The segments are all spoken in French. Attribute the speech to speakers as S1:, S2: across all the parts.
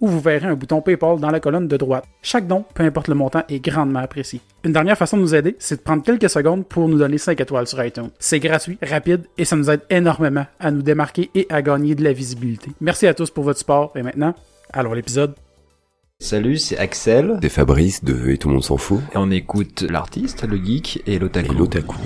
S1: où vous verrez un bouton PayPal dans la colonne de droite. Chaque don, peu importe le montant, est grandement apprécié. Une dernière façon de nous aider, c'est de prendre quelques secondes pour nous donner 5 étoiles sur iTunes. C'est gratuit, rapide et ça nous aide énormément à nous démarquer et à gagner de la visibilité. Merci à tous pour votre support et maintenant, allons à l'épisode.
S2: Salut, c'est Axel.
S3: C'est Fabrice de Et tout le monde s'en fout.
S2: Et on écoute l'artiste, le geek et
S3: Et
S2: l'otaku.
S3: l'otaku.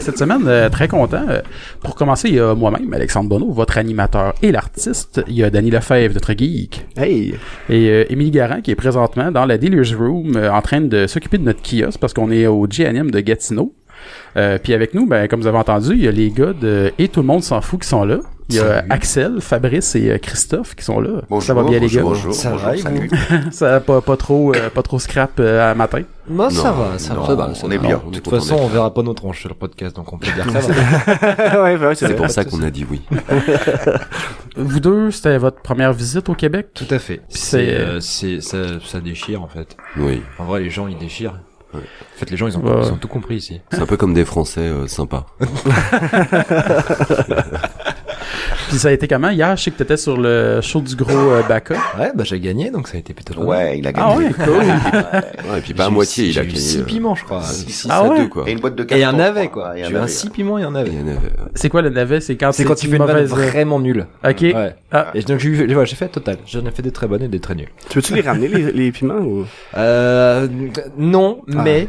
S1: Cette semaine, euh, très content. Euh, Pour commencer, il y a moi-même, Alexandre Bonneau, votre animateur et l'artiste. Il y a Danny Lefebvre, notre geek.
S2: Hey
S1: Et euh, Émilie Garant, qui est présentement dans la Dealer's Room, euh, en train de s'occuper de notre kiosque, parce qu'on est au GNM de Gatineau. Euh, Puis avec nous, ben, comme vous avez entendu, il y a les gars de Et tout le monde s'en fout qui sont là. Il y a Axel, Fabrice et euh, Christophe qui sont là. ça va bien les gars.
S2: Ça va, et
S3: salut.
S1: Ça va pas, pas trop euh, pas trop scrap euh, à matin.
S4: Moi, ça
S3: Non,
S4: va, ça
S3: non,
S4: va.
S3: ça va,
S4: ça
S3: on
S4: va.
S3: est bien, on
S4: De
S3: est
S4: toute
S3: content
S4: façon,
S3: d'être
S4: on
S3: là.
S4: verra pas nos tronches sur le podcast, donc on peut dire ça hein. va.
S5: ouais, ouais,
S3: C'est
S5: c'est vrai.
S3: pour ça qu'on a dit oui.
S1: Vous deux, c'était votre première visite au Québec.
S4: Tout à fait.
S1: C'est-
S4: C'est, euh, c'est, ça, ça déchire, en fait.
S3: Oui.
S4: En vrai, les gens, ils déchirent.
S3: Ouais.
S4: En fait, les gens, ils ont,
S1: Ouais.
S4: ils ont tout compris ici.
S3: C'est un peu comme des Français euh, sympas.
S1: Puis ça a été comment hier? Je sais que t'étais sur le show du gros euh, Baca.
S4: Ouais, bah, j'ai gagné, donc ça a été plutôt pas mal.
S5: Ouais, il a gagné.
S1: Ah ouais, cool.
S3: Ouais, et puis
S4: J'ai
S3: pas à
S4: eu
S3: moitié,
S4: six-
S3: il a
S4: j'ai eu
S3: gagné.
S4: six
S3: euh,
S4: piments, je crois.
S3: six- six
S1: Ah
S3: à
S1: ouais.
S3: deux, quoi.
S5: Et une boîte de carton.
S4: Et un navet,
S5: Ah,
S4: quoi.
S5: et
S4: J'ai eu un
S5: navet.
S4: six piments et un
S3: Il y
S4: navet.
S3: en avait, euh,
S1: C'est quoi le navet? C'est quand
S4: C'est quand tu fais une vanne
S1: mauvaise...
S4: vraiment nulle.
S1: Ok.
S4: Ouais.
S1: Ah.
S4: Et donc, j'ai eu- ouais, j'ai fait total. J'en ai fait des très bonnes et des très nulles.
S5: Tu veux-tu les ramener, les, les piments ou...
S4: Euh, non,
S5: Ah.
S4: mais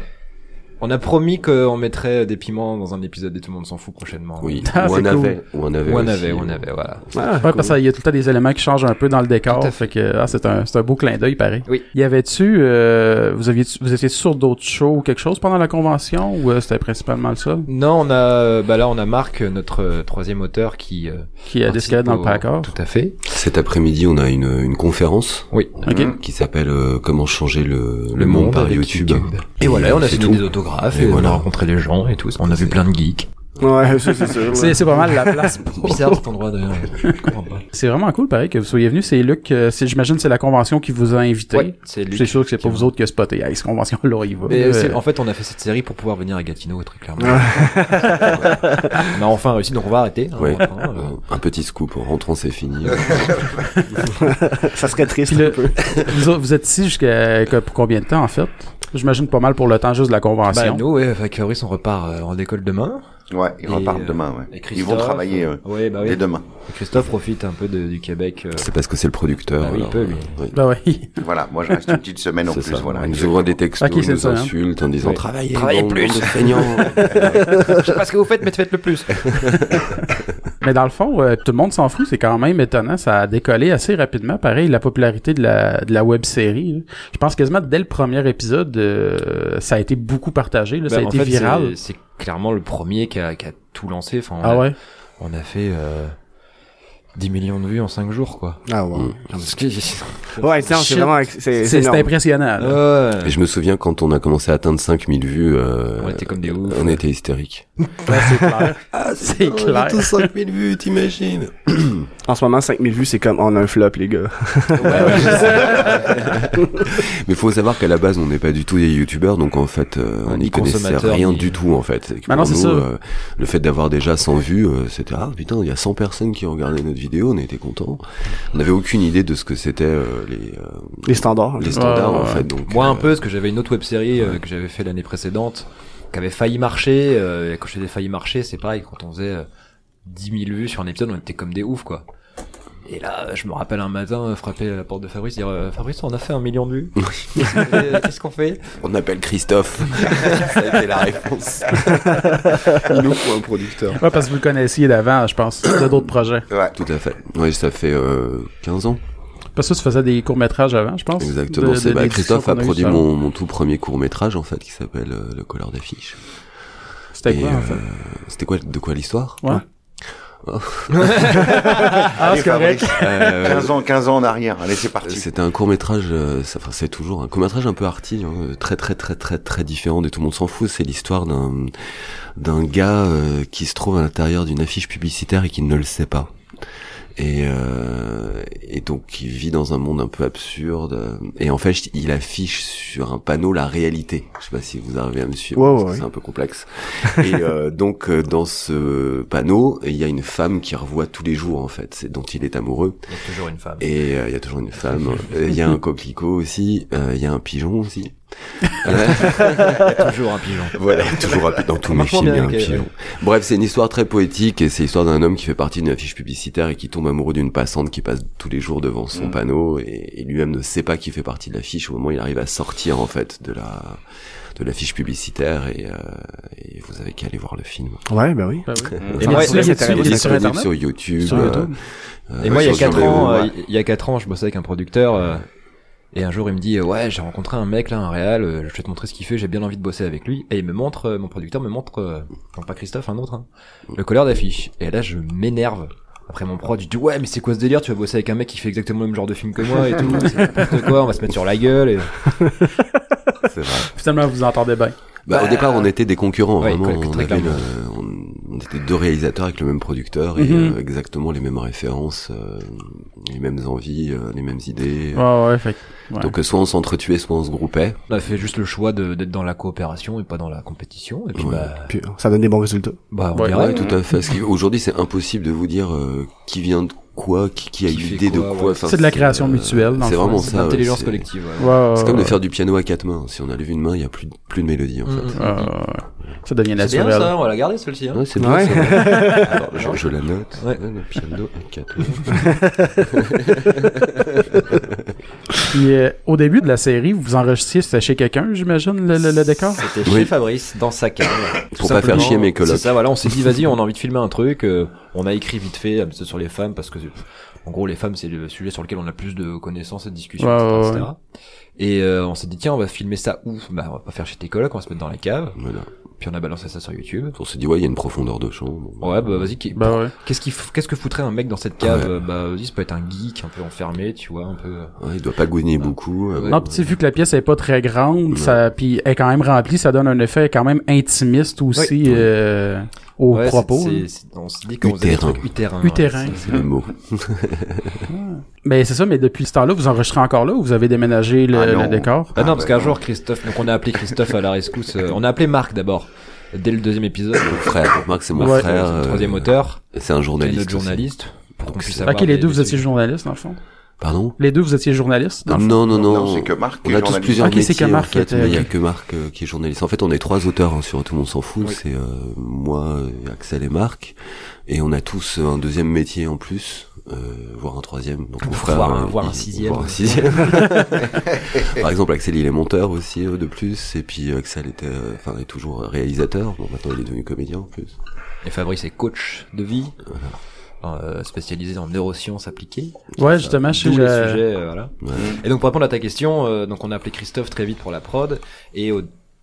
S4: on a promis qu'on mettrait des piments dans un épisode et tout le monde s'en fout prochainement.
S3: Oui.
S1: Ah,
S3: ou
S1: c'est
S3: un navet. Ou un navet.
S4: Ou un
S3: aussi. euh,
S4: navet, ou un navet, voilà.
S5: ah,
S1: Ouais,
S5: cool.
S1: parce qu'il y a tout le temps des éléments qui changent un peu dans le décor.
S4: Tout à
S1: Fait. que ah, c'est un, c'est un beau clin d'œil, pareil.
S4: Oui.
S1: Y avait-tu, euh, vous aviez, vous étiez sur d'autres shows ou quelque chose pendant la convention ou euh, c'était principalement le ça
S4: Non, on a, bah là, on a Marc, notre euh, troisième auteur, qui euh,
S1: qui a
S4: participe
S1: décalé dans le
S4: au-
S1: packard?
S4: Tout à fait.
S3: Cet après-midi, on a une, une conférence
S4: Oui.
S1: Ok.
S3: qui s'appelle euh, Comment changer le, le monde par
S4: avec
S3: YouTube.
S4: Et, voilà, on a
S3: c'est
S4: signé
S3: tout.
S4: des autographes
S3: Et
S4: et, on
S3: voilà.
S4: a rencontré les gens et tout. On a vu plein de geeks.
S5: Ouais, ça, c'est sûr.
S1: C'est,
S5: ouais.
S1: c'est pas mal la place
S4: C'est
S1: pour.
S4: bizarre cet endroit d'ailleurs. Je comprends pas.
S1: C'est vraiment cool, pareil, que vous soyez venus. C'est Luc, euh, c'est, j'imagine que c'est la convention qui vous a invité.
S4: Ouais, c'est lui.
S1: C'est sûr que c'est pas
S4: qui-
S1: vous autres qui a spoté. Hey, cette convention-là, on y va.
S4: Mais
S1: Euh,
S4: c'est- en fait, on a fait cette série pour pouvoir venir à Gatineau, très clairement. On a enfin réussi, donc on va arrêter. hein,
S3: Ouais.
S4: maintenant, euh.
S3: Euh, un petit scoop en rentrant, c'est fini.
S5: Ça serait triste
S1: Puis le-
S5: un peu.
S1: vous, autres, vous êtes ici jusqu'à, que- pour combien de temps, en fait? J'imagine pas mal pour le temps juste de la
S4: Bah,
S1: convention.
S4: nous, ouais, avec Fabrice, on repart euh, en école demain.
S5: Ouais, ils
S4: Et,
S5: repartent
S4: euh,
S5: demain, ouais.
S4: et
S5: Ils
S4: Christophe,
S5: vont travailler euh,
S4: Ouais, bah
S5: dès
S4: oui.
S5: demain.
S4: Christophe profite un peu de- du Québec. euh,
S3: c'est parce que c'est le producteur.
S4: Bah oui, il
S3: alors,
S4: peut, lui.
S3: euh, oui.
S1: Bah oui.
S5: Voilà, moi je reste une petite semaine en
S3: C'est
S5: plus,
S3: ça.
S5: voilà.
S3: il nous ouvre des textos,
S1: Ok, c'est
S3: il nous
S1: ça, hein.
S3: insulte en disant
S4: Ouais.
S3: travaillez,
S4: Travaillez
S3: bande
S4: plus.
S3: de feignants.
S4: Je sais pas ce que vous faites, mais faites le plus.
S1: Mais dans le fond, euh, tout le monde s'en fout. C'est quand même étonnant. Ça a décollé assez rapidement. Pareil, la popularité de la, de la web série. Je pense quasiment dès le premier épisode, euh, ça a été beaucoup partagé. Là, ça a
S4: Ben, en
S1: été
S4: fait,
S1: viral.
S4: C'est c'est clairement le premier qui a, qui a tout lancé. Enfin, on,
S1: Ah
S4: a,
S1: ouais?
S4: on a fait euh, 10 millions de vues en 5 jours, quoi.
S5: Ah ouais.
S4: Parce que-
S5: Ouais, tiens, c'est
S1: Shit.
S5: vraiment... ex- C'est c'est
S1: C'est c'est
S5: énorme.
S1: impressionnant. là.
S4: Ah Ouais.
S3: Et je me souviens quand on a commencé à atteindre 5000 vues, euh,
S4: On était comme des oufs.
S3: on était hystériques.
S1: Ouais, c'est clair. c'est
S3: On a
S1: clair.
S3: tous 5000 vues, t'imagines
S5: En ce moment, 5000 vues, c'est comme on a un flop, les gars.
S3: Mais faut savoir qu'à la base, on n'est pas du tout des youtubeurs, donc en fait, euh, on
S4: Ni
S3: n'y connaissait
S4: consommateur,
S3: rien
S4: ni-
S3: du tout, en fait. Et que
S1: Ah non,
S3: pour
S1: c'est
S3: nous,
S1: ça.
S3: euh, le fait d'avoir déjà 100 vues, euh, c'était, ah putain, il y a 100 personnes qui ont regardé notre vidéo, on était contents. On n'avait aucune idée de ce que c'était euh, les, euh,
S5: Les standards.
S3: les standards,
S1: Ouais, ouais,
S3: en
S1: ouais.
S3: fait. Donc,
S4: Moi, un
S3: euh,
S4: peu, parce que j'avais une autre web série que j'avais fait l'année précédente, qui avait failli marcher. euh, et quand je faisais failli marcher, c'est pareil. Quand on faisait euh, 10 000 vues sur un épisode, on était comme des oufs, quoi. Et là, je me rappelle un matin euh, frapper à la porte de Fabrice, dire euh, Fabrice, on a fait un million de vues. Qu'est-ce qu'on fait- Qu'est-ce qu'on fait
S3: On appelle Christophe. Ça a été la réponse.
S5: Il nous faut un producteur.
S1: Ouais, parce que vous le connaissiez d'avant, je pense, de d'autres projets.
S5: Ouais.
S3: Tout à fait. Oui, ça fait euh, 15 ans.
S1: À peu Parce que ça, tu faisais des courts-métrages avant, je pense.
S3: Exactement,
S1: de-
S3: c'est
S1: de-
S3: bah,
S1: des
S3: Christophe
S1: discussions
S3: a
S1: qu'on eu
S3: produit
S1: tout à l'heure.
S3: mon, mon tout premier court métrage en fait qui s'appelle euh, Le Colleur d'affiche.
S1: C'était
S3: Et,
S1: quoi, en
S3: euh,
S1: fait?
S3: C'était quoi de quoi l'histoire
S1: Ouais. Ah,
S5: Allez,
S1: c'est correct.
S5: Fabrice,
S3: Euh,
S5: 15 ans, 15 ans en arrière. Allez, c'est parti.
S3: C'était un court métrage, euh, ça- enfin c'est toujours un court métrage un peu arty, hein, euh, très très très très très différent et tout le monde s'en fout. C'est l'histoire d'un d'un gars euh, qui se trouve à l'intérieur d'une affiche publicitaire et qui ne le sait pas. Et, euh, et donc qui vit dans un monde un peu absurde. euh, Et en fait, il affiche sur un panneau la réalité. Je sais pas si vous arrivez à me suivre,
S5: Ouais, ouais,
S3: parce que
S5: ouais.
S3: c'est un peu complexe. et euh, donc euh, dans ce panneau, il y a une femme qui revoit tous les jours en fait, c'est dont il est amoureux.
S4: Il y a toujours une femme.
S3: Et euh, il y a toujours une femme. Euh, Il y a un coquelicot aussi. Euh, Il y a un pigeon aussi. Euh,
S4: toujours un pigeon.
S3: voilà, toujours un pi- dans tous mes
S4: Vachement
S3: films, il y a
S4: bien,
S3: un
S4: ok,
S3: pigeon. Bref, c'est une histoire très poétique et c'est l'histoire d'un homme qui fait partie d'une affiche publicitaire et qui tombe amoureux d'une passante qui passe tous les jours devant son
S5: Mm.
S3: panneau et, et lui-même ne sait pas qu'il fait partie de l'affiche. Au moment où il arrive à sortir en fait de la de l'affiche publicitaire et, euh, et vous avez qu'à aller voir le film.
S5: Ouais, bah oui.
S1: Bah oui.
S4: Et
S1: Enfin,
S4: moi,
S1: c'est-
S4: il y a-
S1: c'est-
S3: Il
S1: c'est-
S3: est
S1: c'est- sur
S3: disponible
S1: Internet
S3: sur YouTube.
S1: Sur YouTube.
S3: euh,
S4: Et
S3: euh,
S4: moi, il y a
S3: sur
S4: 4
S3: Vimeo.
S4: ans, euh, il y a quatre ans, je bossais avec un producteur, euh, et un jour, il me dit, euh, ouais, j'ai rencontré un mec, là, un réal, euh, je vais te montrer ce qu'il fait, j'ai bien envie de bosser avec lui. Et il me montre, euh, mon producteur me montre, euh, non pas Christophe, un autre, hein, le colleur d'affiche. Et là, je m'énerve. Après mon prod, je dis, ouais, mais c'est quoi ce délire? Tu vas bosser avec un mec qui fait exactement le même genre de film que moi et tout, c'est n'importe quoi, on va se mettre sur la gueule. Et... euh,
S3: C'est vrai.
S1: Finalement, vous entendez bien.
S3: Bah,
S4: Bah,
S3: au départ, on était des concurrents.
S4: ouais,
S3: vraiment,
S4: quoi,
S3: on,
S4: très
S3: avait
S4: clairement.
S3: le- on- on était deux réalisateurs avec le même producteur et
S1: Mhm.
S3: euh, exactement les mêmes références, euh, les mêmes envies, euh, les mêmes idées.
S1: Ouais, ouais, fait. que- ouais.
S3: Donc euh, soit on s'entretuait, soit on se groupait.
S4: On a fait juste le choix de- d'être dans la coopération et pas dans la compétition. Et puis,
S3: Ouais.
S4: bah,
S5: Puis, ça donne des bons résultats.
S4: bah, on
S1: Ouais,
S4: dirait.
S3: Ouais, tout à fait. Ce qui- Aujourd'hui, c'est impossible de vous dire euh, qui vient de quoi, qui, qui a
S4: Qui
S3: eu
S4: fait
S3: l'idée de
S4: quoi,
S3: quoi.
S4: ouais.
S3: Enfin, euh,
S1: C'est de la création mutuelle, dans
S3: C'est
S1: le fond.
S3: vraiment
S1: C'est
S4: C'est
S3: ça. ouais,
S4: l'intelligence
S3: c'est-
S4: collective. ouais.
S1: Ouais, ouais,
S3: C'est comme de
S1: ouais.
S3: faire du piano à quatre mains. Si on a levé une main, il n'y a plus, de- plus de mélodie en
S4: Mm,
S3: fait.
S4: mm, mm.
S1: Ouais, ouais, ouais. Ça devient
S4: C'est
S1: naturel.
S4: bien ça, on va la garder celle-ci. hein.
S3: Ouais, c'est bien,
S5: Ouais.
S3: ça, ouais. Alors, je, je la note.
S4: Ouais.
S3: Le piano à quatre mains.
S1: Puis, euh, au début de la série, vous enregistriez, c'était chez quelqu'un, j'imagine, le, le- le décor?
S4: C'était chez
S3: Oui.
S4: Fabrice, dans sa cave.
S3: Pour pas faire chier mes colocs.
S4: C'est ça, voilà, on s'est dit, vas-y, on a envie de filmer un truc. euh, on a écrit vite fait euh, c'est sur les femmes, parce que, euh, en gros, les femmes, c'est le sujet sur lequel on a plus de connaissances et de discussions,
S1: Ouais,
S4: etc.,
S1: ouais,
S4: etc. Et euh, on s'est dit, tiens, on va filmer ça où Bah, on va pas faire chez tes colocs, on va se mettre dans la cave.
S3: Voilà.
S4: Puis on a balancé ça sur YouTube.
S3: On s'est dit, ouais, il y a une profondeur de champ. Bon,
S4: Ouais, bah vas-y, qu'est-
S1: Bah ouais.
S4: qu'est-ce qu'il f- qu'est-ce que foutrait un mec dans cette cave
S3: Ouais.
S4: Euh, Bah vas-y, ça peut être un geek, un peu enfermé, tu vois, un peu...
S3: Ouais, il doit pas gouiner beaucoup. euh,
S4: Ouais.
S1: Non, pis tu sais, vu que la pièce est pas très grande,
S3: Ouais.
S1: ça, puis elle est quand même remplie, ça donne un effet quand même intimiste aussi
S4: Ouais.
S1: euh, au
S4: Ouais, c'est-
S1: propos.
S4: c'est-
S1: là.
S4: c'est- On se dit qu'on faisait des
S3: Utérin.
S4: trucs utérins.
S1: Utérin.
S4: ouais, c'est-
S3: le mot.
S1: Mais c'est ça, mais depuis ce temps-là, vous enregistrez encore là ou vous avez déménagé le,
S5: Ah non.
S1: le décor?
S4: Ah non, parce qu'un jour, Christophe, donc on a appelé Christophe à la rescousse, euh, on a appelé Marc d'abord, dès le deuxième épisode,
S3: Frère, Marc, c'est mon
S1: Ouais.
S3: frère.
S4: c'est le
S3: euh,
S4: troisième auteur,
S3: C'est un
S4: et
S3: journaliste.
S4: notre
S3: aussi.
S4: journaliste, pour qu'on
S3: Donc,
S4: puisse
S3: c'est-
S4: avoir
S1: ok, les
S4: des-
S1: deux,
S4: des
S1: vous étiez
S4: trucs.
S1: journaliste, dans le fond?
S3: Pardon
S1: Les deux, vous étiez journaliste, dans le fond?
S3: non, non, non.
S5: Non, c'est que Marc qui
S3: On
S5: est
S3: a tous
S5: journaliste.
S3: plusieurs
S1: Ok, c'est
S3: métiers,
S1: que Marc
S3: en
S1: qui
S3: fait,
S1: était-
S3: mais il y a
S1: ok.
S3: que Marc euh, qui est journaliste. En fait, on est trois auteurs hein, sur Tout le monde s'en fout.
S4: Oui.
S3: C'est euh, moi, euh, Axel et Marc. Et on a tous euh, un deuxième métier en plus, euh, voire un troisième. Donc, mon frère,
S4: Voire un-
S3: euh,
S4: voire un
S3: il-
S4: sixième.
S3: voire un sixième. Par exemple, Axel, il est monteur aussi euh, de plus. Et puis, Axel était, euh, enfin, est toujours réalisateur. Bon, maintenant, il est devenu comédien en plus.
S4: Et Fabrice est coach de vie, euh, spécialisé en neurosciences appliquées.
S1: Ouais, justement, je
S4: D'où
S1: suis...
S4: les
S1: euh,
S4: sujets, euh, voilà.
S3: Ouais.
S4: Et donc pour répondre à ta question, euh, donc on a appelé Christophe très vite pour la prod et au-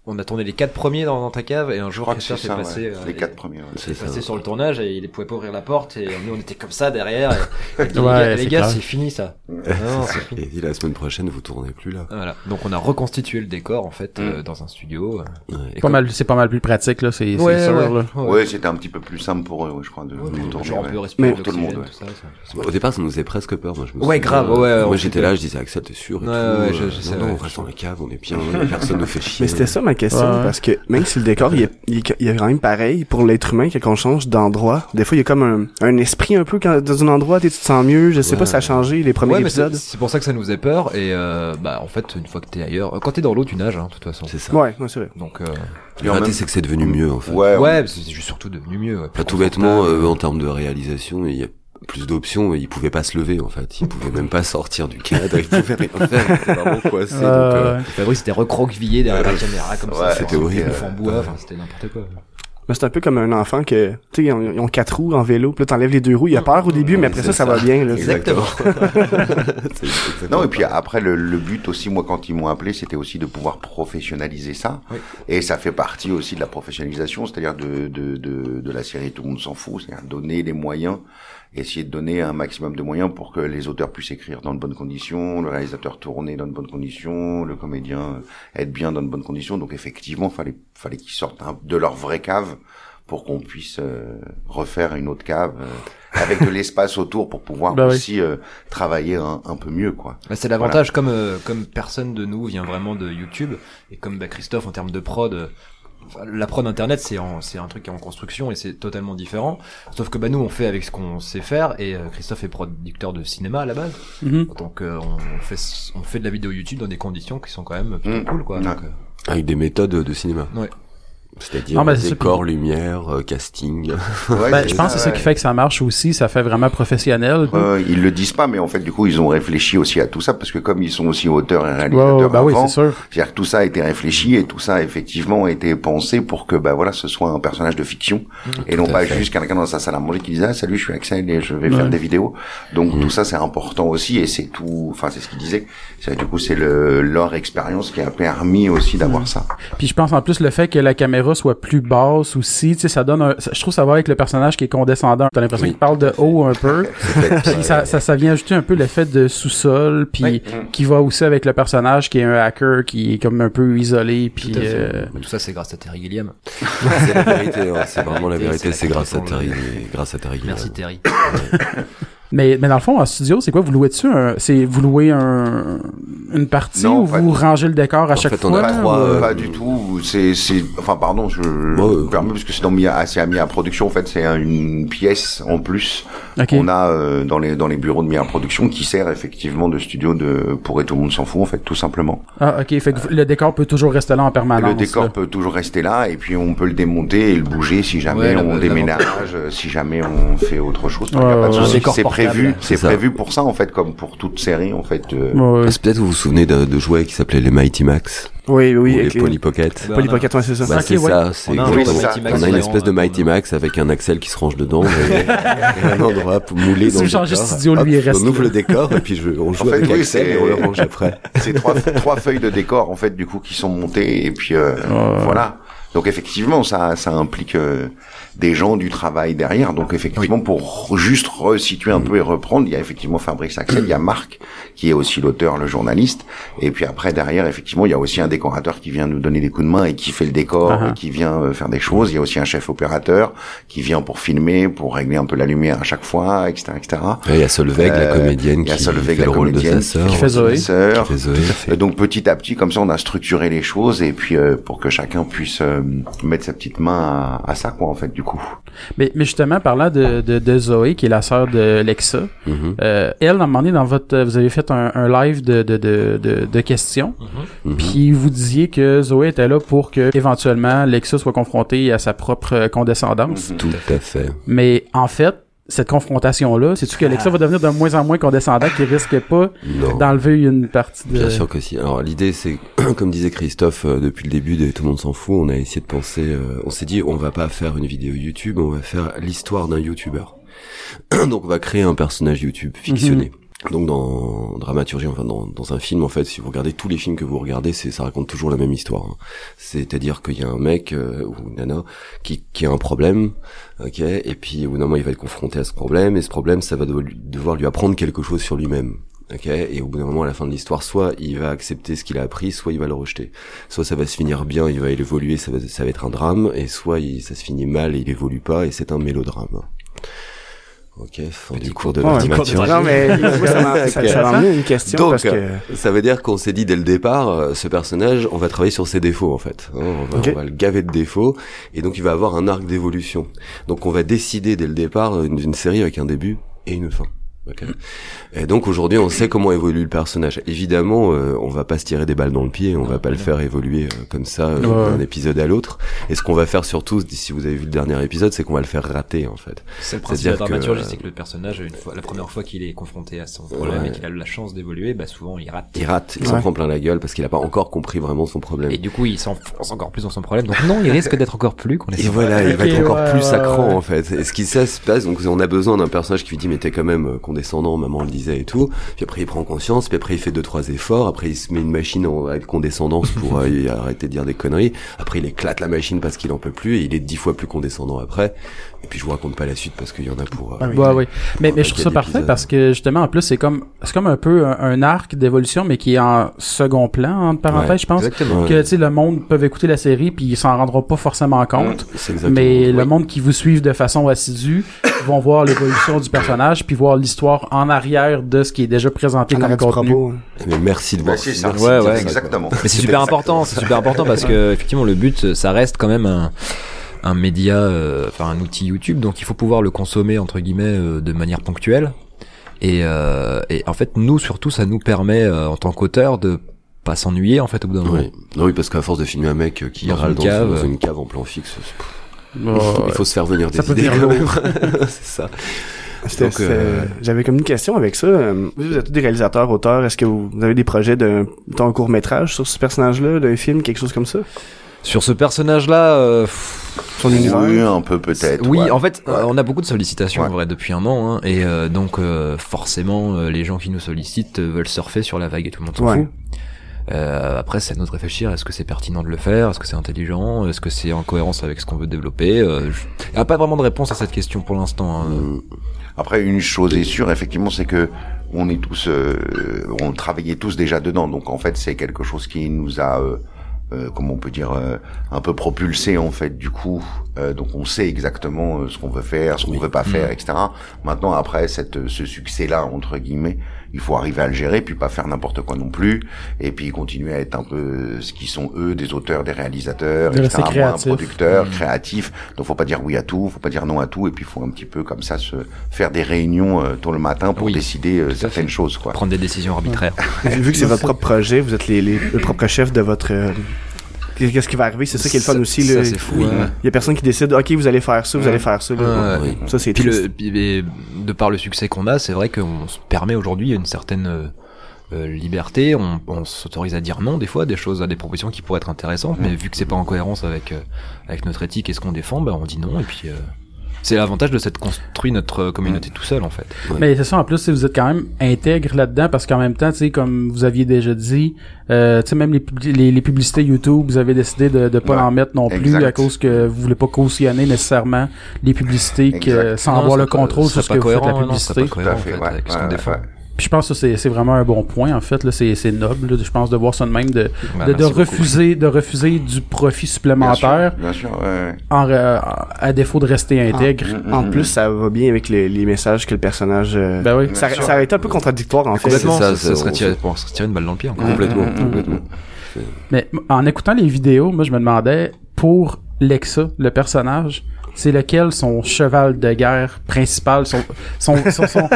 S4: on a tourné les quatre premiers dans, dans ta cave et un
S6: Je
S4: jour
S6: crois que c'est
S4: Christophe est
S6: ça, ouais.
S4: passé euh,
S6: les
S4: est-
S6: quatre premiers. ouais.
S4: est
S3: C'est ça.
S4: passé sur le tournage et il pouvait pas ouvrir la porte et nous on était comme ça derrière. Et, et les
S1: Ouais,
S4: gars-
S1: c'est
S4: les gars,
S1: clair.
S4: c'est fini ça. Non, c'est fini.
S3: Et dit la semaine prochaine, vous tournez plus là.
S4: Voilà. Donc on a reconstitué le décor en fait euh, dans un studio. euh,
S3: Ouais.
S4: et
S1: pas
S4: comme-
S1: mal, c'est pas mal plus pratique, là, c'est c'est
S4: Ouais,
S1: sûr,
S4: ouais,
S1: là.
S4: ouais.
S6: Ouais, c'était un petit peu plus simple pour eux, ouais, je crois, de
S4: Ouais,
S6: nous
S4: genre,
S6: tourner.
S4: on
S6: ouais.
S4: peut respirer
S6: Pour tout le
S4: l'oxygène,
S6: monde, ouais.
S4: tout ça, ça.
S3: Au départ, ça nous faisait presque peur. Moi, je me
S4: Ouais,
S3: souviens,
S4: grave,
S3: euh,
S4: ouais, on
S3: Moi, j'étais
S4: s'était-
S3: là, je disais, Axel, t'es sûr et
S4: Ouais,
S3: tout,
S4: ouais,
S3: euh,
S4: je- je
S3: non,
S4: sais,
S3: non, on
S4: ouais.
S3: reste dans la cave, on est bien, personne nous fait chier.
S5: Mais c'était ça ma question,
S1: Ouais, ouais.
S5: parce que même si le décor, il est, il est- il est quand même pareil, pour l'être humain, quand on change d'endroit, des fois, il y a comme un, un esprit un peu quand, dans un endroit, t'es- tu te sens mieux, je sais
S3: Ouais.
S5: pas, ça a changé les premiers
S4: Ouais, mais c'est
S5: épisodes.
S4: c'est pour ça que ça nous faisait peur et euh, bah en fait une fois que t'es ailleurs, euh, quand t'es dans l'eau tu nages hein, de toute façon.
S3: C'est ça.
S5: Ouais, ouais, c'est vrai.
S4: Donc euh,
S6: Et
S3: Le
S6: en
S3: raté,
S6: même-
S3: c'est que c'est devenu mieux, en fait.
S6: Ouais,
S4: ouais,
S6: ouais.
S4: mais c'est juste surtout devenu mieux. ouais.
S3: Enfin, tout bêtement, euh, en termes de réalisation, il y a plus d'options et ils pouvaient pas se lever, en fait. Ils pouvaient même pas sortir du cadre, ils pouvaient rien faire. Ils étaient vraiment coincés, donc, euh,
S1: Euh,
S4: Fabrice était recroquevillé derrière la caméra comme ça.
S6: Ouais,
S4: sur
S3: c'était
S4: un
S3: horrible.
S4: ouf en bois, enfin, c'était n'importe quoi.
S5: Mais c'est un peu comme un enfant que, tu sais, ils, ont- ils ont quatre roues en vélo, puis là, t'enlèves les deux roues, il a peur au début, mais après ça, ça, va bien, là.
S2: Exactement. C'est exactement
S6: Non, et puis
S2: ça.
S6: après, le, le but aussi, moi, quand ils m'ont appelé, c'était aussi de pouvoir professionnaliser ça. Et ça fait partie aussi de la professionnalisation, c'est-à-dire de, de, de, de la série Tout le monde s'en fout, c'est-à-dire donner les moyens, essayer de donner un maximum de moyens pour que les auteurs puissent écrire dans de bonnes conditions, le réalisateur tourner dans de bonnes conditions, le comédien euh, être bien dans de bonnes conditions. Donc effectivement, fallait, fallait qu'ils sortent un- de leur vraie cave pour qu'on puisse euh, refaire une autre cave euh, avec de l'espace autour pour pouvoir
S1: Bah oui.
S6: aussi euh, travailler un, un peu mieux, quoi.
S4: Bah, c'est l'avantage comme euh, comme personne de nous vient vraiment de YouTube et comme bah, Christophe en termes de prod euh, enfin, la prod internet c'est en- c'est un truc qui est en construction et c'est totalement différent sauf que bah nous on fait avec ce qu'on sait faire et euh, Christophe est producteur de cinéma à la base
S1: Mhm.
S4: donc euh, on, on fait s- on fait de la vidéo YouTube dans des conditions qui sont quand même plutôt
S6: Mhm.
S4: cool quoi
S6: Ouais.
S4: donc, euh,
S3: Avec des méthodes de cinéma.
S4: Ouais.
S3: C'est-à-dire
S1: Non, mais c'est ça.
S3: décor, lumière, euh, casting.
S6: Ouais,
S1: Ben,
S6: c'est
S1: je pense que c'est ça qui fait que ça marche aussi, ça fait vraiment professionnel.
S6: ouais. Ouais, ils le disent pas, mais en fait, du coup, ils ont réfléchi aussi à tout ça parce que comme ils sont aussi auteurs et
S1: Ouais, ouais,
S6: réalisateurs
S1: bah oui,
S6: avant,
S1: c'est sûr.
S6: c'est-à-dire que tout ça a été réfléchi et tout ça a effectivement été pensé pour que bah voilà, ce soit un personnage de fiction
S1: Mmh.
S6: et non
S3: Tout à
S6: pas
S3: fait.
S6: juste quelqu'un dans sa salle à manger qui disait ah, salut, je suis Axel et je vais
S1: Ouais. Mmh.
S6: faire des vidéos. Donc tout ça c'est important aussi et c'est tout. Enfin, c'est ce qu'ils disaient. C'est du coup c'est le leur expérience qui a permis aussi d'avoir
S1: Mmh.
S6: ça.
S1: Puis je pense en plus le fait que la caméra soit plus basse aussi, tu sais, ça donne un... ça- Je trouve ça va avec le personnage qui est condescendant. T'as l'impression
S3: Oui.
S1: qu'il parle de haut un peu.
S3: Peut-être.
S1: Puis ça, ça, ça vient ajouter un peu l'effet de sous-sol, puis qui va aussi avec le personnage qui est un hacker, qui est comme un peu isolé, puis...
S4: Tout à fait.
S1: euh,
S4: Mais tout ça c'est grâce à Terry Gilliam
S3: c'est la vérité, hein, c'est vraiment la
S4: La vérité,
S3: vérité,
S4: c'est
S3: c'est
S4: la
S3: grâce à
S4: vérité pour
S3: Terry,
S4: le-
S3: grâce à Terry.
S4: merci
S3: Gilliam.
S4: Terry
S1: Mais, mais dans le fond, en studio, c'est quoi? Vous louez dessus un, c'est, vous louez un, une partie
S6: Non,
S1: ou
S6: en fait-
S1: vous rangez le décor à
S3: En
S1: chaque
S3: fait, on
S1: fois?
S3: a trois,
S1: ou-
S3: euh,
S6: Pas du tout. C'est, c'est, enfin, pardon, je
S3: Ouais, ouais.
S6: me permets parce que c'est dans Mia, c'est à Mia Production. En fait, c'est un- une pièce en plus
S1: Ok.
S6: qu'on a euh, dans les dans les bureaux de Mia Production qui sert effectivement de studio de pour et tout le monde s'en fout en fait, tout simplement.
S1: Ah, ok. Fait que vous- le décor peut toujours rester là en permanence.
S6: le décor
S1: là.
S6: peut toujours rester là et puis on peut le démonter et le bouger si
S4: Ouais,
S6: jamais
S4: la-
S6: on
S4: la-
S6: déménage, euh, si jamais on fait autre chose.
S1: Ouais,
S6: Il y a pas
S1: ouais,
S6: de souci.
S4: ouais. Un décor
S6: c'est
S4: portable,
S6: prévu,
S4: c'est
S6: c'est
S3: ça.
S6: prévu pour ça en fait, comme pour toute série en fait. euh,
S1: Ouais, ouais.
S3: Parce que Peut-être vous vous souvenez de, de jouets qui s'appelaient les Mighty Max
S5: Oui, oui,
S3: ou les
S5: avec les-
S3: Polly Pocket.
S5: Polly Pocket, ouais, c'est ça.
S3: Bah,
S1: Ok,
S3: c'est
S1: ouais.
S3: ça, c'est
S4: On a un
S6: Oui,
S4: genre de
S3: exactement.
S6: c'est ça.
S4: Mighty Max
S3: On a une
S4: qui est
S3: espèce
S4: en-
S3: de Mighty Max avec un Axel qui se range dedans et, et un endroit pour mouler
S1: Si
S3: dans
S1: vous
S3: le
S1: changez de
S3: décor.
S1: studio, lui, il
S3: Hop,
S1: reste
S3: On ouvre
S1: là.
S3: le décor et puis je, on joue
S6: fait,
S3: avec
S6: oui,
S3: Axel
S6: c'est-
S3: et on le range après.
S6: c'est trois, trois feuilles de décor en fait du coup qui sont montées et puis euh, voilà. Donc effectivement, ça, ça implique euh, des gens, du travail derrière. Donc effectivement, pour juste resituer
S3: Mm.
S6: un peu et reprendre, il y a effectivement Fabrice Axel, il y a Marc qui est aussi l'auteur, le journaliste, et puis après derrière, effectivement, il y a aussi un décorateur qui vient nous donner des coups de main et qui fait le décor,
S1: Ah ah.
S6: et qui vient euh, faire des choses. Il y a aussi un chef opérateur qui vient pour filmer, pour régler un peu la lumière à chaque fois, etc., etc.
S3: Ouais, Il y a Solveig, la
S6: Euh,
S3: comédienne,
S6: il y a
S3: qui
S6: Solveig,
S3: fait
S6: la
S3: le rôle de
S6: comédienne,
S3: sa sœur.
S1: qui fait Zoé.
S6: Sœur.
S3: Qui fait Zoé.
S6: Et Euh, donc petit à petit, comme ça, on a structuré les choses et puis euh, pour que chacun puisse euh, mettre sa petite main à, à ça, quoi, en fait, du coup.
S1: Mais, mais justement, parlant de, de, de Zoé, qui est la sœur de Lexa,
S3: Mhm.
S1: euh, elle, à un moment donné, dans votre, vous avez fait un, un live de, de, de, de, de questions,
S3: Mhm.
S1: puis vous disiez que Zoé était là pour que, éventuellement, Lexa soit confrontée à sa propre euh, condescendance.
S3: Tout à fait.
S1: Mais en fait, cette confrontation-là, c'est-tu que Lexa va devenir de moins en moins condescendant qui risque pas
S3: Non.
S1: d'enlever une partie de...
S3: Bien sûr que si. Alors l'idée c'est, comme disait Christophe euh, depuis le début, de, tout le monde s'en fout. On a essayé de penser. euh, on s'est dit, on va pas faire une vidéo YouTube, on va faire l'histoire d'un YouTuber. Donc on va créer un personnage YouTube fictionné. Donc dans en dramaturgie, enfin dans, dans un film en fait, si vous regardez tous les films que vous regardez, c'est ça raconte toujours la même histoire. hein. C'est-à-dire qu'il y a un mec euh, ou une nana qui, qui a un problème, ok, et puis au bout d'un moment il va être confronté à ce problème, et ce problème ça va devoir lui- devoir lui apprendre quelque chose sur lui-même. Ok, et au bout d'un moment, à la fin de l'histoire, soit il va accepter ce qu'il a appris, soit il va le rejeter. Soit ça va se finir bien, il va évoluer, ça va, ça va être un drame, et soit il- ça se finit mal et il évolue pas, et c'est un mélodrame. Ok, fin du cours de
S5: Ouais, petit
S4: cours de
S3: dramaturgie.
S5: Non, mais moi, ça m'a- ça- ça m'a amené une question
S3: Donc,
S5: parce que...
S3: euh, ça veut dire qu'on s'est dit dès le départ, euh, ce personnage, on va travailler sur ses défauts en fait. Hein, on, va,
S5: Ok.
S3: on va le gaver de défauts et donc il va avoir un arc d'évolution. Donc on va décider dès le départ euh, d'une d'une série avec un début et une fin. Ok. Et donc aujourd'hui, on sait comment évolue le personnage. Évidemment, euh, on va pas se tirer des balles dans le pied, on va pas le faire évoluer euh, comme ça euh,
S1: Ouais.
S3: d'un épisode à l'autre. Et ce qu'on va faire surtout, si vous avez vu le dernier épisode, c'est qu'on va le faire rater en fait.
S4: C'est le principe de la
S3: C'est-à-dire que,
S4: dramaturgie,
S3: euh,
S4: c'est que le personnage, une fois, la première fois qu'il est confronté à son problème
S3: Ouais.
S4: et qu'il a la chance d'évoluer, bah souvent il rate.
S3: Il rate, il s'en
S5: Ouais.
S3: prend plein la gueule parce qu'il a pas encore compris vraiment son problème.
S4: Et du coup, il s'enfonce encore plus dans son problème. Donc non, il risque d'être encore plus qu'on
S3: Et
S4: est
S3: voilà, il va
S1: Ok,
S3: être encore
S1: ouais,
S3: plus
S1: ouais,
S3: sacrant
S1: ouais.
S3: en fait. Et ce qui ça se passe, donc on a besoin d'un personnage qui lui dit mais t'es quand même euh, condescendant, maman le disait et tout. Puis après il prend conscience, puis après il fait deux trois efforts, après il se met une machine en- avec condescendance pour euh, y arrêter de dire des conneries. Après il éclate la machine parce qu'il en peut plus et il est dix fois plus condescendant après. Et puis je vous raconte pas la suite parce qu'il y en a pour. euh,
S1: Ouais, Ah oui. Mais,
S3: un
S1: mais je trouve
S3: paquet
S1: ça parfait
S3: d'épisodes.
S1: parce que justement, en plus, c'est comme, c'est comme un peu un, un arc d'évolution, mais qui est en second plan, entre parenthèses,
S3: Ouais,
S1: je pense.
S3: exactement.
S1: Que, tu sais, le monde peut écouter la série puis il s'en rendra pas forcément compte.
S3: C'est exactement.
S1: Mais le
S3: oui.
S1: monde qui vous suivent de façon assidue vont voir l'évolution du personnage puis voir l'histoire en arrière de ce qui est déjà présenté
S5: En
S1: comme
S5: arrêt du
S1: contenu.
S5: propos. hein.
S3: Mais merci de
S6: Bah,
S3: voir.
S6: c'est ça.
S3: merci
S4: Ouais,
S6: c'est
S4: ouais,
S6: ça,
S3: exactement.
S6: exactement.
S4: Mais c'est super important, c'est super important parce que effectivement le but ça reste quand même un un média euh, enfin un outil YouTube donc il faut pouvoir le consommer entre guillemets euh, de manière ponctuelle et euh, et en fait nous surtout ça nous permet euh, en tant qu'auteur de pas s'ennuyer en fait au bout d'un moment.
S3: Oui. Non, oui, parce qu'à force de filmer un mec euh, qui
S4: Dans
S3: râle
S4: une
S3: dans,
S4: cave.
S3: dans une cave en plan fixe, c'est- pff,
S1: Oh, ouais.
S3: il faut se faire venir des
S1: Ça peut
S3: idées
S1: venir
S3: quand même. c'est ça.
S5: C'était-
S3: Donc,
S5: c'était-
S3: euh,
S5: J'avais comme une question avec ça. Euh, Vous vous êtes tous des réalisateurs, auteurs. Est-ce que vous vous avez des projets d'un court métrage sur ce personnage-là, d'un film, quelque chose comme ça
S4: Sur ce personnage là
S5: Son univers.
S6: Oui, un peu peut-être.
S4: Oui,
S6: ouais.
S4: en fait,
S6: Ouais.
S4: euh, on a beaucoup de sollicitations en
S6: Ouais.
S4: vrai depuis un an, hein, et euh, donc euh, forcément, euh, les gens qui nous sollicitent euh, veulent surfer sur la vague et tout le monde s'en
S5: Ouais.
S4: fout. Euh, après, c'est à nous de réfléchir. Est-ce que c'est pertinent de le faire Est-ce que c'est intelligent Est-ce que c'est en cohérence avec ce qu'on veut développer Euh, je- Il n'y a pas vraiment de réponse à cette question pour l'instant. hein.
S6: Après, une chose est sûre, effectivement, c'est que on est tous, euh, on travaillait tous déjà dedans. Donc, en fait, c'est quelque chose qui nous a, euh, euh, comment on peut dire, euh, un peu propulsé en fait. Du coup, Euh, donc, on sait exactement euh, ce qu'on veut faire, ce qu'on veut pas faire, etc. Maintenant, après cette, ce succès-là entre guillemets, il faut arriver à le gérer, puis pas faire n'importe quoi non plus, et puis continuer à être un peu ce qui sont eux, des auteurs, des réalisateurs,
S1: De rester
S6: etc. Moi, un
S1: créatif.
S6: producteur,
S4: Hmm.
S6: créatif. Donc, faut pas dire oui à tout, faut pas dire non à tout, et puis faut un petit peu comme ça se faire des réunions euh, tôt le matin pour
S4: Oui,
S6: décider euh,
S4: tout à
S6: certaines
S4: fait.
S6: choses, quoi.
S4: Prendre des décisions arbitraires.
S5: Vu que c'est votre propre projet, vous êtes les, les- le propre chef de votre. euh, Qu'est-ce qui va arriver C'est ça qui est le fun aussi.
S4: Ça,
S5: là.
S4: c'est fou.
S5: Il
S4: ouais.
S5: y a personne qui décide. Ok, vous allez faire ça, vous
S6: Ouais.
S5: allez faire ça. là.
S4: Ouais.
S5: Ça c'est
S4: Puis
S5: triste.
S4: le, puis- et de par le succès qu'on a, c'est vrai qu'on se permet aujourd'hui une certaine euh, euh, liberté. On, on s'autorise à dire non des fois, des choses, à des propositions qui pourraient être intéressantes, mais vu que c'est pas en cohérence avec euh, avec notre éthique et ce qu'on défend, bah, on dit non. Et puis euh, c'est l'avantage de s'être construit notre euh, communauté tout seul en fait.
S1: Mais c'est ça, en plus, si vous êtes quand même intègre là-dedans, parce qu'en même temps, tu sais, comme vous aviez déjà dit, euh, tu sais, même les, publi- les, les publicités YouTube, vous avez décidé de ne pas
S6: Ouais,
S1: en mettre non plus
S6: exact.
S1: à cause que vous voulez pas cautionner nécessairement les publicités que-
S6: Exact.
S1: sans
S4: Non,
S1: avoir
S4: c'est
S1: le
S4: pas-
S1: contrôle
S4: c'est
S1: sur ce
S4: pas
S1: que vous faites la
S4: cohérent, non, c'est
S1: publicité.
S4: pas cohérent, en fait,
S6: ouais,
S4: avec ce qu'on
S6: ouais,
S4: défend.
S6: ouais.
S1: Puis je pense que c'est c'est vraiment un bon point, en fait, là, c'est c'est noble, là, je pense, de voir ça de même, de,
S4: Bah,
S6: Ben,
S1: de, de
S4: merci beaucoup.
S1: refuser, de refuser du profit
S6: Bien sûr,
S1: supplémentaire
S6: Bien sûr, ouais, ouais.
S1: en, re- à défaut de rester
S4: Ah,
S1: intègre.
S6: Mm, mm,
S5: En
S6: mm.
S5: plus, ça va bien avec les, les messages que le personnage. euh,
S1: Ben oui.
S5: ça,
S6: Bien sûr.
S5: ça aurait été un peu contradictoire en fait.
S3: Complètement.
S4: Complètement,
S3: c'est ça,
S4: ça, ça
S3: c'est-
S4: serait
S3: on-
S4: tiré, on serait tiré une balle dans le pied. encore.
S3: Complètement, complètement.
S1: Mais m- en écoutant les vidéos, moi je me demandais pour Lexa, le personnage, c'est lequel son cheval de guerre principal, son son son, son,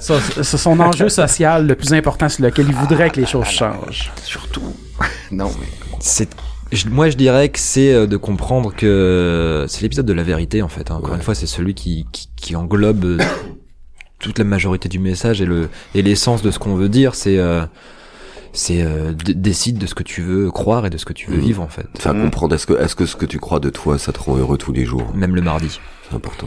S1: son- son- son enjeu social le plus important sur lequel il voudrait que les choses changent.
S6: Surtout. non, mais
S4: C'est je- moi je dirais que c'est euh, de comprendre que euh, c'est l'épisode de la vérité en fait. hein. Encore une fois, c'est celui qui, qui, qui englobe euh, toute la majorité du message et le et l'essence de ce qu'on veut dire. C'est euh, c'est euh, d- décide de ce que tu veux croire et de ce que tu veux
S3: Mhm.
S4: vivre en fait.
S3: Faire comprendre, est-ce que, est-ce que ce que tu crois de toi, ça te rend heureux tous les jours
S4: Même le mardi.
S3: C'est important.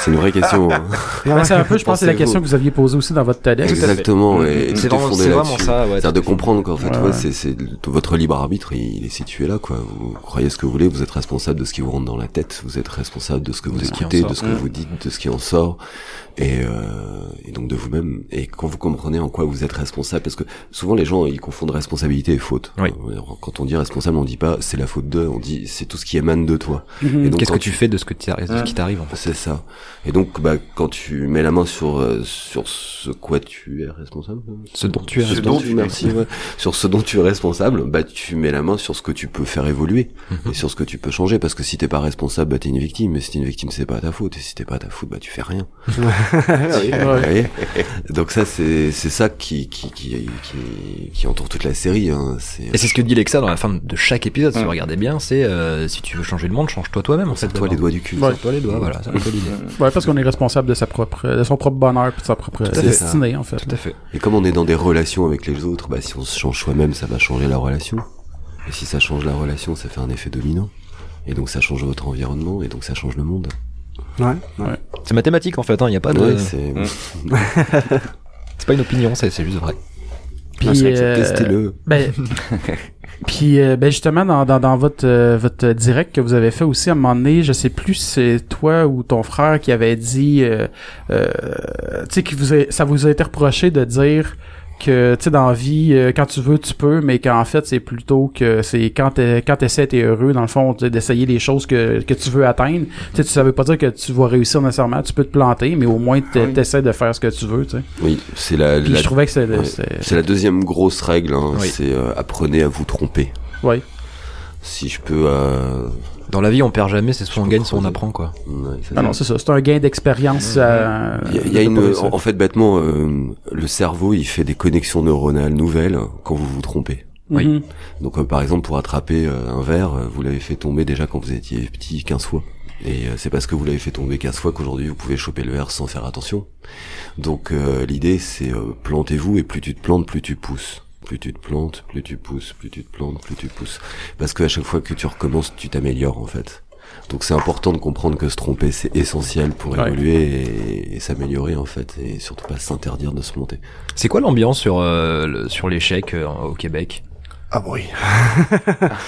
S3: C'est une vraie question. hein.
S1: Ben, c'est un peu, je pense, que c'est la question que vous aviez posée aussi dans votre TEDx.
S3: Exactement. et tout
S4: Mmh, C'est
S3: est
S4: vraiment,
S3: fondé
S4: c'est vraiment
S3: là-dessus.
S4: ça. Ouais,
S3: C'est-à-dire de comprendre qu'en fait,
S1: Ouais,
S3: ouais,
S1: ouais.
S3: c'est, c'est le- votre libre arbitre, il, il est situé là, quoi. Vous croyez ce que vous voulez, vous êtes responsable de ce qui vous rentre dans la tête, vous êtes responsable de ce que vous
S4: De ce qui en
S3: écoutez,
S4: sort. Mmh.
S3: de ce que vous dites, de ce qui en sort, et, euh, et donc de vous-même. Et quand vous comprenez en quoi vous êtes responsable, parce que souvent les gens ils confondent responsabilité et faute. Euh,
S4: Oui.
S3: Quand on dit responsable, on dit pas c'est la faute de, on dit c'est tout ce qui émane de toi. Et donc,
S4: Mmh. Qu'est-ce
S3: quand Mm.
S4: que tu fais de ce que t'arri- de ce qui arrive en fait.
S3: C'est ça. Et donc, bah, quand tu mets la main sur euh, sur ce quoi tu es responsable, hein,
S4: Ce dont tu es
S3: ce
S6: responsable.
S3: dont tu merci, ouais. sur ce dont tu es responsable, bah, tu mets la main sur ce que tu peux faire évoluer
S4: Mhm.
S3: et sur ce que tu peux changer. Parce que si t'es pas responsable, bah, t'es une victime. Et si t'es une victime, c'est pas ta faute. Et si t'es pas ta faute, bah, tu fais rien. Vous voyez donc ça, c'est c'est ça qui qui, qui qui qui entoure toute la série. Hein. C'est
S4: Et c'est ce que dit Lexa dans la fin de chaque épisode, si vous regardez bien, c'est euh, si tu veux changer le monde, change-toi toi-même en fait.
S3: toi les
S4: d'abord.
S3: doigts du cul.
S1: Ouais.
S4: Serre-toi les doigts, voilà, c'est un peu l'idée.
S1: Ouais, parce qu'on est responsable de sa propre, de son propre bonheur puis de sa propre
S3: à fait.
S1: destinée, en fait.
S4: Tout à fait.
S3: Et comme on est dans des relations avec les autres, bah, si on se change soi-même, ça va changer la relation. Et si ça change la relation, ça fait un effet dominant. Et donc ça change votre environnement, et donc ça change le monde.
S5: Ouais.
S4: C'est mathématique en fait, hein, il n'y a pas de.
S3: Ouais, c'est...
S4: c'est pas une opinion, c'est c'est juste vrai.
S1: Puis, euh,
S3: Testez-le.
S1: Ben, puis euh, ben justement dans, dans, dans votre euh, votre direct que vous avez fait aussi à un moment donné, je sais plus si c'est toi ou ton frère qui avait dit, euh, euh, tu sais, qui vous a- ça vous a été reproché de dire que tu sais dans la vie euh, quand tu veux tu peux mais qu'en fait c'est plutôt que c'est quand t'es quand t'essaies t'es heureux dans le fond tu sais, d'essayer les choses que, que tu veux atteindre tu sais tu- ça veut pas dire que tu vas réussir nécessairement tu peux te planter mais au moins t'es-
S6: Oui.
S1: t'essaies de faire ce que tu veux tu sais
S3: Oui, c'est Ah la,
S1: puis
S3: la-
S1: je trouvais que c'est
S3: ouais,
S1: c'est-
S3: c'est la deuxième grosse règle. hein.
S4: Oui.
S3: C'est euh, apprenez à vous tromper.
S1: ouais
S3: Si je peux... euh,
S4: Dans la vie, on perd jamais, c'est soit on
S3: peux
S4: gagne, soit on
S3: creuser.
S4: apprend quoi.
S3: ouais, ça,
S1: Ah non, c'est ça. C'est un gain d'expérience.
S5: Mhm.
S1: euh,
S3: Il y a, il y a
S1: de
S3: une,
S1: pas réussir.
S3: en, en fait, bêtement, euh, le cerveau, il fait des connexions neuronales nouvelles quand vous vous trompez.
S4: oui.
S1: Mhm.
S3: Donc, euh, par exemple, pour attraper euh, un verre, euh, vous l'avez fait tomber déjà quand vous étiez petit 15 fois. Et euh, c'est parce que vous l'avez fait tomber 15 fois qu'aujourd'hui vous pouvez choper le verre sans faire attention. Donc euh, l'idée c'est euh, plantez-vous et plus tu te plantes, plus tu pousses. Plus tu te plantes, plus tu pousses, plus tu te plantes, plus tu pousses. Parce que à chaque fois que tu recommences, tu t'améliores en fait. Donc c'est important de comprendre que se tromper c'est essentiel pour
S1: Ouais.
S3: évoluer et, et s'améliorer en fait et surtout pas s'interdire de se planter.
S4: C'est quoi l'ambiance sur, euh, le- sur l'échec euh, au Québec
S5: Ah oui.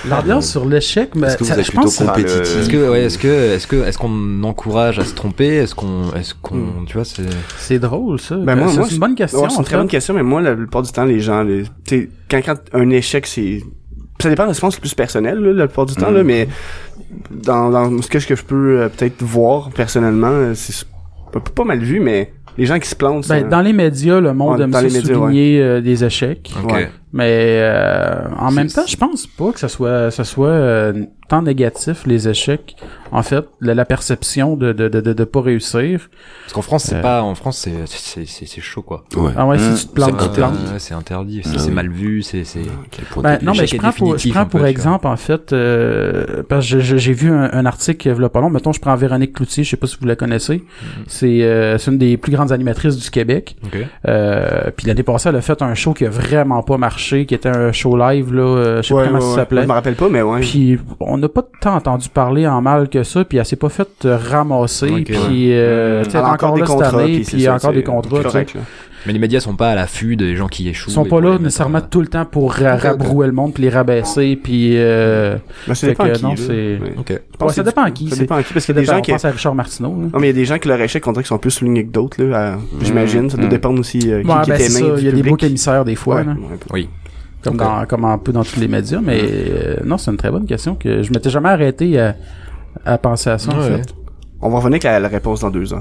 S1: L'ambiance sur l'échec, mais
S3: Est-ce que vous
S1: Bah, ça,
S3: êtes
S1: je pense.
S3: plutôt
S1: que ça-
S3: compétitif
S4: Est-ce que, ouais, est-ce que, est-ce que, est-ce qu'on encourage à se tromper Est-ce qu'on, est-ce qu'on, tu vois, c'est.
S1: C'est drôle, ça.
S5: Ben, moi-
S1: c'est
S5: moi,
S1: une bonne question.
S5: Ouais, c'est
S1: en
S5: une très
S1: fait.
S5: bonne question, mais moi, la plupart du temps, les gens, les- tu sais, quand, quand un échec, c'est... Ça dépend de ce sens le plus personnel, là, la plupart du temps,
S1: Mm.
S5: là, mais dans, dans ce que je que je peux euh, peut-être voir personnellement, euh, c'est pas, pas mal vu, mais les gens qui se plantent...
S1: Ben,
S5: ça-
S1: dans les médias, le monde
S5: Ouais,
S1: aime
S5: dans
S1: ça
S5: les médias,
S1: souligner euh, des échecs.
S4: Ok.
S5: Ouais.
S1: Mais euh, en
S4: C'est-
S1: même temps, je pense pas que ça soit, ça soit euh, tant négatif, les échecs. En fait, la, la perception de de, de, de, de pas réussir.
S4: Parce qu'en France, c'est
S1: Euh.
S4: pas, en France, c'est, c'est, c'est, c'est chaud quoi.
S3: Ouais.
S1: Ah ouais,
S6: Mm.
S1: si tu te plantes, tu te
S4: C'est
S1: plantes.
S4: interdit, ouais, c'est interdit, c'est,
S3: Ah
S4: c'est
S3: oui.
S4: mal vu, c'est, c'est.
S3: Les points
S1: Ben,
S3: de-
S1: non, mais
S4: l'échec
S1: je
S4: est
S1: prends pour, je
S4: définitif
S1: prends
S4: un peu,
S1: pour
S4: tu
S1: exemple, en fait, euh, parce que je- je- j'ai vu un, un article, il y a pas long, mettons, je prends Véronique Cloutier, je sais pas si vous la connaissez, c'est euh, c'est une des plus grandes animatrices du Québec,
S4: Ok.
S1: euh, puis l'année passée, elle a fait un show qui a vraiment pas marché, qui était un show live, là, euh, je sais
S5: Ouais,
S1: pas comment
S5: ouais,
S1: ça
S5: ouais.
S1: s'appelait,
S5: Je me rappelle pas, mais ouais.
S1: puis on n'a pas tant entendu parler en mal que ça, puis elle s'est pas faite euh, ramasser,
S4: Ok,
S1: puis euh,
S6: Mm.
S1: tu sais,
S5: Hmm. Elle a
S1: encore là cette année,
S5: puis
S1: puis
S5: c'est
S1: il y a
S5: ça,
S1: encore
S5: c'est
S1: des contrats, tu sais.
S5: correct, là.
S4: Mais les médias sont pas à l'affût des gens qui échouent.
S1: Ils sont
S4: et
S1: pas
S4: pour les
S1: là
S4: mettre,
S1: nécessairement
S4: euh,
S1: tout le temps pour ra-
S4: Ok, ok.
S1: rabrouer le monde, puis les rabaisser, puis... euh,
S5: Ben, ça
S1: Fait
S5: dépend
S1: que
S5: à qui,
S1: non,
S5: là.
S1: c'est-
S5: Ouais.
S4: Ok.
S5: Je pense
S1: Ouais, ça
S5: que c'est
S1: dépend
S5: du-
S1: à qui,
S5: Ça
S1: c'est-
S5: dépend à qui, parce
S1: C'est
S5: qu'il y a des gens qui...
S1: pense à Richard Martineau. là.
S5: Non, mais il y a des gens qui leur échec, on dirait qu'ils sont plus soulignés que d'autres, là. à- J'imagine, ça doit
S6: Mm.
S5: dépendre aussi euh, qui,
S1: Ouais,
S5: qui
S1: ben,
S5: était
S1: c'est ça,
S5: aimé
S1: Il y a des boucs émissaires des fois, là,
S4: Oui.
S1: comme, dans, comme un peu dans tous les médias, mais euh, non, c'est une très bonne question que je m'étais jamais arrêté à, à penser à ça, en
S4: Ouais.
S1: fait.
S5: On va revenir avec la, la réponse dans deux ans.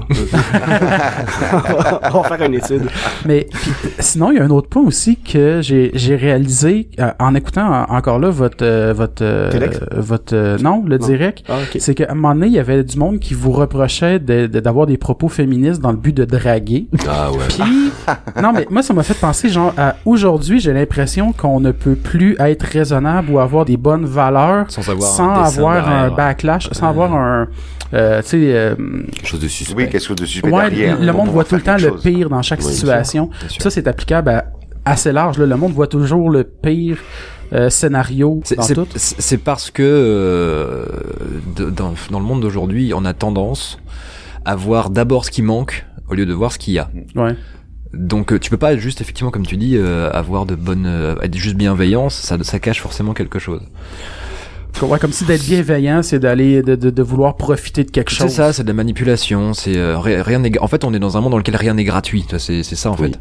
S5: on, va, on va faire une étude.
S1: Mais puis, sinon, il y a un autre point aussi que j'ai j'ai réalisé euh, en écoutant en- encore là votre... euh, votre, euh,
S5: Telex?
S1: votre euh, non, le
S5: Non.
S1: direct.
S5: Ah, ok.
S1: C'est qu'à un moment donné, il y avait du monde qui vous reprochait de- de- d'avoir des propos féministes dans le but de draguer.
S3: Ah ouais.
S1: Puis, non, mais moi, ça m'a fait penser, genre, à aujourd'hui, j'ai l'impression qu'on ne peut plus être raisonnable ou avoir des bonnes valeurs
S4: Sans avoir
S1: sans
S4: un dessin
S1: avoir un
S4: derrière.
S1: backlash, sans avoir un, euh, tu sais, euh,
S3: Quelque chose de suspect.
S6: Oui, qu'est-ce que de suspect
S1: ouais,
S6: derrière
S1: le
S6: pour
S1: monde voit
S6: pouvoir
S1: tout le temps
S6: faire
S1: le
S6: quelque chose.
S1: pire dans chaque
S3: Oui, bien sûr,
S1: situation.
S4: bien sûr.
S1: Ça, c'est applicable à assez large, là. Le monde voit toujours le pire euh, scénario
S4: C'est-
S1: dans
S4: C'est
S1: tout.
S4: c'est- c'est parce que euh, de- dans, dans le monde d'aujourd'hui, on a tendance à voir d'abord ce qui manque au lieu de voir ce qu'il y a.
S1: Ouais.
S4: Donc euh, tu peux pas juste effectivement comme tu dis euh, avoir de bonnes euh, être juste bienveillance, ça ça cache forcément quelque chose.
S1: Ouais, comme si d'être bienveillant, c'est d'aller, de, de, de vouloir profiter de quelque
S4: C'est
S1: chose.
S4: ça, c'est de la manipulation, c'est euh, ri- rien n'est en fait on est dans un monde dans lequel rien n'est gratuit, Tu vois, c'est c'est ça en
S3: Oui.
S4: fait.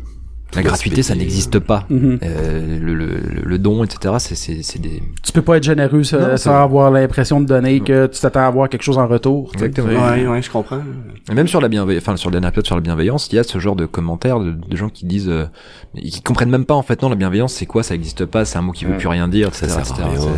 S4: La gratuité, ça
S3: respecter,
S4: n'existe pas.
S1: Mhm.
S4: Euh, le, le, le don, etc., c'est- c'est c'est des...
S1: Tu peux pas être généreux ça- sans
S4: Non, ça-
S1: avoir l'impression de donner que tu t'attends à avoir quelque chose en retour. tu sais.
S4: Exactement.
S5: Ouais, ouais, je comprends.
S4: Et même sur la bienveillance, enfin sur le dernier épisode sur la bienveillance, il y a ce genre de commentaires de, de gens qui disent, euh, et qui comprennent même pas en fait non la bienveillance c'est quoi, ça existe pas, c'est un mot qui veut
S6: Mm.
S4: plus rien dire, etc.
S3: Ça sert
S4: etc.
S3: à rien.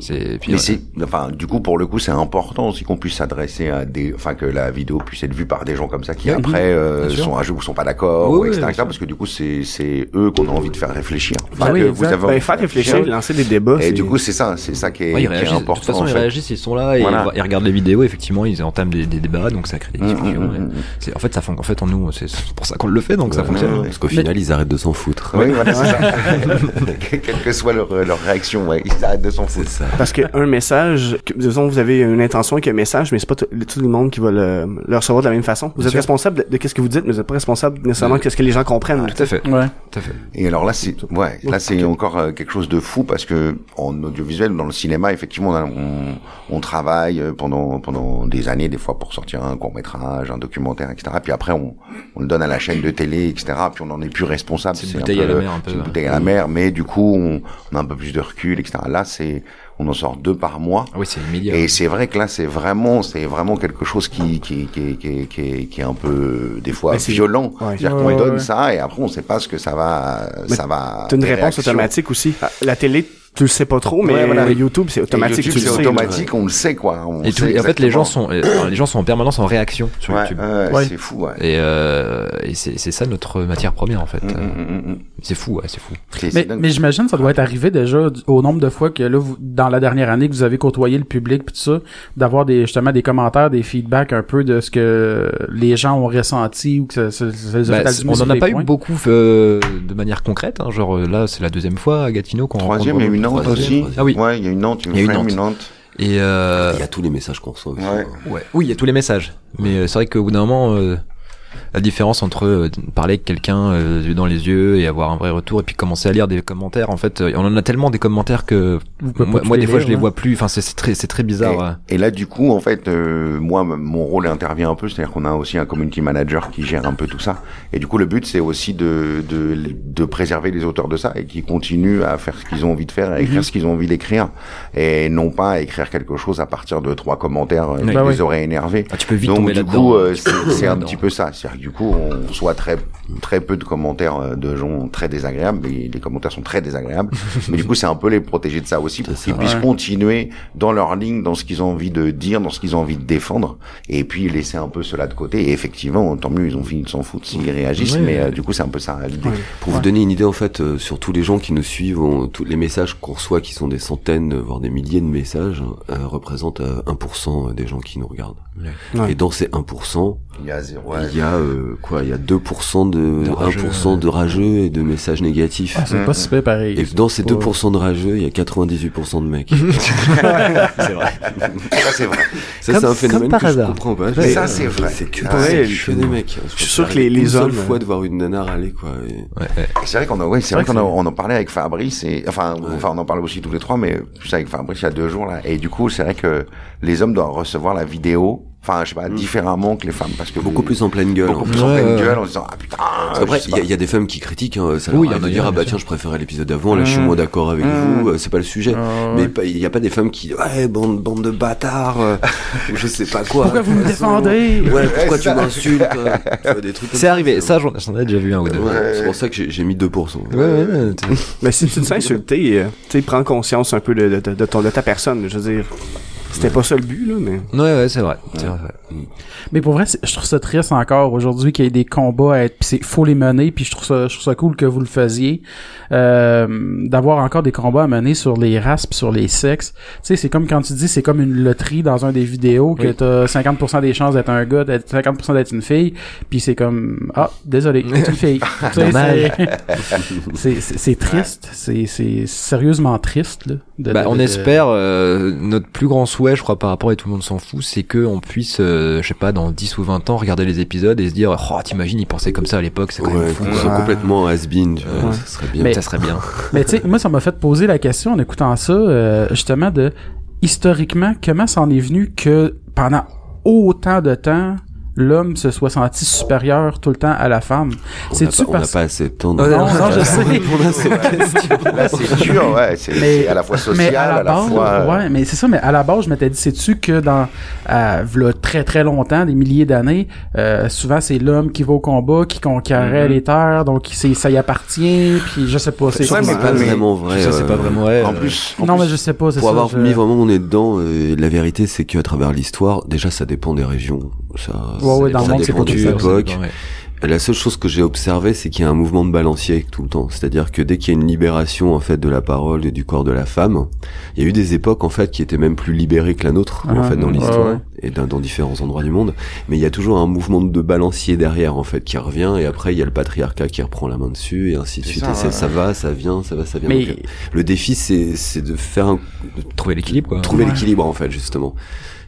S4: C'est- c'est- et puis,
S6: Mais
S4: ouais.
S6: c'est, enfin, du coup, pour le coup, c'est important aussi qu'on puisse s'adresser à des, enfin, que la vidéo puisse être vue par des gens comme ça qui après euh,
S4: Bah Bien sûr.
S6: sont à jeu ou sont pas d'accord,
S4: Oui,
S6: ou
S4: oui,
S6: etc.,
S4: bien Bah
S6: etc., parce que du coup, c'est, c'est eux qu'on a envie de faire réfléchir. Enfin,
S1: Ah oui,
S6: que
S1: exact.
S6: envie
S5: Ben,
S6: de
S5: faire réfléchir, lancer des
S3: Oh,
S5: débats.
S6: Et
S5: c'est-
S6: du coup, c'est ça, c'est ça qui est,
S4: Ouais, ils
S6: qui est
S4: réagissent.
S6: important.
S4: de toute façon,
S6: en
S4: ils
S6: fait.
S4: réagissent, ils sont là, et
S6: Voilà.
S4: ils, ils regardent les vidéos, effectivement, ils entament des, des débats, donc ça crée des
S6: Mm,
S4: discussions.
S6: mm,
S4: et
S6: mm, mm.
S4: c'est- En fait, ça fon- en fait, on nous, c'est c'est pour ça qu'on le fait, donc ça
S3: Ouais,
S4: fonctionne.
S6: ouais, ouais.
S3: Parce qu'au final, ils arrêtent de s'en foutre.
S6: Oui, voilà, c'est ça. Que- Quelle que soit leur, euh, leur réaction, ouais, ils arrêtent de s'en
S3: C'est
S6: foutre.
S3: ça.
S5: Parce qu'un message, que- disons, vous avez une intention avec un message, mais c'est pas tout tout le monde qui va le, le recevoir de la même façon. Vous êtes
S4: sûr.
S5: responsable de, quest ce que vous dites, mais vous êtes pas responsable nécessairement
S4: De-
S5: de ce que les gens comprennent.
S4: Tout à fait,
S1: Ouais.
S4: tout à fait.
S6: Et alors là, c'est ouais, là c'est encore euh, quelque chose de fou parce que en audiovisuel, dans le cinéma, effectivement, on, a- on, on travaille euh, pendant pendant des années, des fois pour sortir un court métrage, un documentaire, etc. Puis après, on, on le donne à la chaîne de télé, etc. Puis on n'en est plus responsable.
S4: C'est une
S6: un
S4: bouteille à la
S6: peu-
S4: mer, un peu,
S6: c'est une
S4: ouais.
S6: bouteille à la mer, mais du coup, on, on a un peu plus de recul, etc. Là, c'est on en sort deux par mois.
S4: Ah oui, c'est immédiat.
S6: Et c'est vrai que là, c'est vraiment, c'est vraiment quelque chose qui, qui, qui, qui, qui, est- qui est un peu, des fois,
S5: Mais c'est-
S6: violent.
S5: Ouais.
S6: C'est-à-dire
S1: Ouais,
S6: qu'on
S1: ouais,
S6: donne
S1: ouais.
S6: ça et après, on sait pas ce que ça va,
S5: Mais
S6: ça va.
S5: T'as une
S6: les
S5: réponse
S6: réactions.
S5: automatique aussi. À La télé, tu le sais pas trop, mais euh,
S6: Ouais, voilà.
S5: YouTube, c'est
S6: Et
S5: automatique.
S6: YouTube,
S5: tu
S6: c'est
S5: le sais,
S6: automatique, on le sait, quoi. On
S4: Et,
S6: sait
S4: tout- et en fait, les
S6: exactement.
S4: gens sont, et- enfin, les gens sont en permanence en réaction sur
S6: Ouais,
S4: YouTube.
S6: ouais,
S1: Ouais.
S6: c'est fou, ouais.
S4: Et, euh, et c'est c'est ça notre matière première en fait.
S6: Mm,
S4: Euh,
S6: mm, mm, mm.
S4: C'est fou, ouais, c'est fou.
S6: C'est- c'est
S1: Mais,
S6: dingue.
S1: mais j'imagine que ça doit être arrivé déjà du- au nombre de fois que là, vous- dans la dernière année que vous avez côtoyé le public pis tout ça, d'avoir des justement des commentaires, des feedbacks un peu de ce que les gens ont ressenti ou que ça, ça- ça les a
S4: Bah,
S1: fait
S4: c'est-
S1: allumer
S4: on
S1: sur
S4: en a
S1: des
S4: pas
S1: points.
S4: eu beaucoup euh, de manière concrète. hein, genre euh, là, c'est la deuxième fois à Gatineau qu'on
S6: Troisième, il
S4: rencontre-
S6: y a une Nantes
S3: troisième,
S6: aussi.
S3: troisième.
S4: Ah oui.
S6: Ouais, il y a une Nantes, une
S4: Il y a une
S6: Frame,
S4: Nantes.
S6: une Nantes.
S4: Et euh,
S3: Il y a tous les messages qu'on reçoit. aussi. hein.
S6: Ouais.
S4: ouais. oui, il y a tous les messages. Mais euh, c'est vrai qu'au bout d'un moment, euh, la différence entre euh, parler avec quelqu'un euh, les yeux dans les yeux et avoir un vrai retour, et puis commencer à lire des commentaires. En fait, euh, on en a tellement des commentaires que
S1: Vous pouvez pas
S4: moi,
S1: tous
S4: moi, des
S1: les
S4: fois,
S1: lire,
S4: je les
S1: hein.
S4: vois plus. Enfin, c'est c'est très, c'est très bizarre.
S6: Et-
S4: ouais.
S6: Et là, du coup, en fait, euh, moi, m- mon rôle intervient un peu, c'est-à-dire qu'on a aussi un community manager qui gère un peu tout ça. Et du coup, le but, c'est aussi de, de, de préserver les auteurs de ça et qui continuent à faire ce qu'ils ont envie de faire, à
S4: Mhm.
S6: écrire ce qu'ils ont envie d'écrire, et non pas à écrire quelque chose à partir de trois commentaires euh, qui
S1: Bah
S6: les
S1: oui.
S6: auraient énervés.
S4: Ah, tu peux vite
S6: Donc
S4: tomber
S6: du
S4: là-dedans.
S6: coup, euh, c'est c'est un
S4: Non.
S6: petit peu ça. C'est-à-dire que du coup, on reçoit très très peu de commentaires euh, de gens très désagréables. Mais les commentaires sont très désagréables. mais du coup, c'est un peu les protéger de ça aussi pour
S3: C'est
S6: qu'ils
S3: ça.
S6: puissent
S1: Ouais.
S6: continuer dans leur ligne, dans ce qu'ils ont envie de dire, dans ce qu'ils ont envie de défendre, et puis laisser un peu cela de côté. Et effectivement, tant mieux, ils ont fini de s'en foutre s'ils réagissent.
S4: Ouais.
S6: mais euh, du coup, c'est un peu ça l'idée.
S3: Pour vous donner une idée, en fait, euh, sur tous les gens qui nous suivent, on- tous les messages qu'on reçoit, qui sont des centaines, euh, voire des milliers de messages, euh, représentent euh, 1% des gens qui nous regardent.
S5: Ouais.
S3: Et dans ces 1%,
S6: Il y a zéro.
S3: il y a euh, quoi Il y a 2% de,
S4: De rageux,
S3: 1% de rageux et de messages négatifs.
S1: Ah, c'est pas
S4: Mm-hmm.
S1: super pareil.
S3: Et dans ces
S1: c'est pas-
S3: 2% de rageux, il y a 98% de mecs.
S4: c'est vrai.
S6: Ça, c'est vrai.
S3: Ça,
S4: Comme-
S3: c'est un
S4: comme
S3: phénomène
S4: par
S3: que je
S4: hasard.
S3: comprends pas.
S6: Ouais, ça, c'est vrai.
S3: C'est que,
S6: Ah,
S5: ouais,
S3: c'est
S5: je
S3: que des mecs.
S5: suis sûr que les- les
S3: Une
S5: hommes,
S3: seule
S5: euh,
S3: fois de voir une nana râler, quoi. et-
S4: Ouais, ouais.
S6: C'est vrai qu'on a, ouais, c'est
S1: vrai
S6: vrai
S1: que
S6: qu'on a-
S1: c'est-
S6: on en parlait avec Fabrice et, enfin,
S3: Ouais.
S6: enfin, on en parlait aussi tous les trois, mais plus avec Fabrice il y a deux jours, là. Et du coup, c'est vrai que les hommes doivent recevoir la vidéo, enfin, je sais pas, différemment que les femmes, parce que
S3: Beaucoup
S6: les-
S3: plus en pleine gueule. en
S6: beaucoup
S3: fait.
S6: plus en
S4: Ouais,
S6: pleine
S4: ouais.
S6: gueule en se disant, ah putain,
S3: Parce qu'après,
S6: je sais
S3: il y a-
S6: pas.
S3: il y, a des femmes qui critiquent, hein, ça leur
S4: Oui, il y
S3: arrive
S4: en a,
S3: de
S4: il y en
S3: dire,
S4: a,
S3: ah bah
S4: bien
S3: tiens, je préférais l'épisode d'avant, là je suis moins d'accord avec vous, euh, c'est pas le sujet.
S1: Ah, ouais.
S3: Mais pas- il n'y a pas des femmes qui, ouais, bande, bande de bâtards, euh, ou je sais pas quoi.
S1: Pourquoi vous me
S3: De toute façon,
S1: défendez
S3: Ouais, pourquoi
S6: Ouais,
S3: tu
S6: ça.
S3: m'insultes euh, tu vois, des trucs comme
S4: C'est arrivé.
S3: ça.
S4: Ça, j'en j'en ai déjà vu un ou deux.
S3: Ouais, c'est pour ça que j'ai j'ai mis 2%.
S4: Ouais, ouais, ouais, t'es-
S5: Mais si tu te sens insulté, euh, tu sais, prends conscience un peu de, de, de, de ton, de ta personne. Je veux dire, c'était pas ça le but, là, mais.
S4: ouais, ouais, c'est vrai. C'est vrai.
S1: Mais pour vrai, c'est- je trouve ça triste encore aujourd'hui qu'il y ait des combats à être, pis c'est faut les mener, puis je trouve ça, je trouve ça cool que vous le faisiez, euh, d'avoir encore des combats à mener sur les races pis sur les sexes. Tu sais, c'est comme quand tu dis, c'est comme une loterie dans un des vidéos que
S4: Oui.
S1: t'as 50% des chances d'être un gars, d'être 50% d'être une fille, puis c'est comme ah désolé, t'es une fille. Tu sais,
S4: Dommage.
S1: c'est- c'est c'est- c'est triste, c'est c'est sérieusement triste là. de-
S4: Bah,
S1: de-
S4: on
S1: de-
S4: espère. euh, notre plus grand souhait, je crois, par rapport et tout le monde s'en fout, c'est que on puisse, euh, je sais pas, dans 10 ou 20 ans, regarder les épisodes et se dire, oh, t'imagines, ils pensaient comme ça à l'époque, c'est quand même
S3: Ouais,
S4: fou.
S3: ils
S4: quoi.
S3: sont complètement has-been, tu vois,
S5: Ouais.
S3: ça serait bien.
S1: Mais-
S4: Ça serait bien.
S1: Mais tu sais, moi, ça m'a fait poser la question en écoutant ça, euh, justement, de historiquement, comment ça en est venu que pendant autant de temps, l'homme se soit senti supérieur tout le temps à la femme.
S3: On n'a
S1: C'est-tu
S3: pas, on n'a
S1: parce
S3: pas assez de temps.
S1: Non, non, non, je sais.
S3: Répondre à cette question.
S6: Là, c'est dur, ouais. C'est
S1: Mais-
S6: c'est à la fois social,
S1: mais à la, base,
S6: fois. euh,
S1: ouais, mais c'est ça. Mais à la base, je m'étais dit, sais-tu que dans euh, v'là très très longtemps, des milliers d'années, euh, souvent c'est l'homme qui va au combat, qui
S3: Mm-hmm.
S1: conquérait les terres, donc c'est- ça y appartient. Puis je sais pas, c'est
S6: ça,
S3: C'est
S6: mais-
S3: pas
S6: mais-
S3: Ah, vraiment vrai.
S4: ça, c'est
S3: euh,
S4: pas vraiment vrai. euh,
S6: En plus, en
S1: non,
S6: plus,
S1: mais je sais pas. c'est
S3: Pour
S1: ça,
S3: avoir
S1: je-
S3: mis vraiment mon nez dedans, euh, la vérité c'est qu'à travers l'histoire, déjà ça dépend des régions.
S4: euh,
S3: Ça,
S1: Ouais, ouais,
S3: ça
S1: dans le monde, c'est
S3: dépend
S1: pas
S3: des
S1: tout ça.
S3: époques.
S4: ouais.
S3: La seule chose que j'ai observée, c'est qu'il y a un mouvement de balancier tout le temps. C'est-à-dire que dès qu'il y a une libération en fait de la parole et du corps de la femme, il y a eu des époques en fait qui étaient même plus libérées que la nôtre en
S1: Ah,
S3: fait dans
S1: ouais,
S3: l'histoire
S1: ouais.
S3: et dans, dans différents endroits du monde. Mais il y a toujours un mouvement de balancier derrière en fait qui revient et après il y a le patriarcat qui reprend la main dessus et ainsi de
S6: C'est
S3: suite.
S6: ça,
S3: et c'est-
S6: ouais.
S3: ça va, ça vient, ça va, ça vient.
S1: Mais
S3: Donc, euh, le défi c'est c'est de faire un
S4: Trouver l'équilibre, quoi.
S3: trouver
S1: Ouais.
S3: l'équilibre en fait justement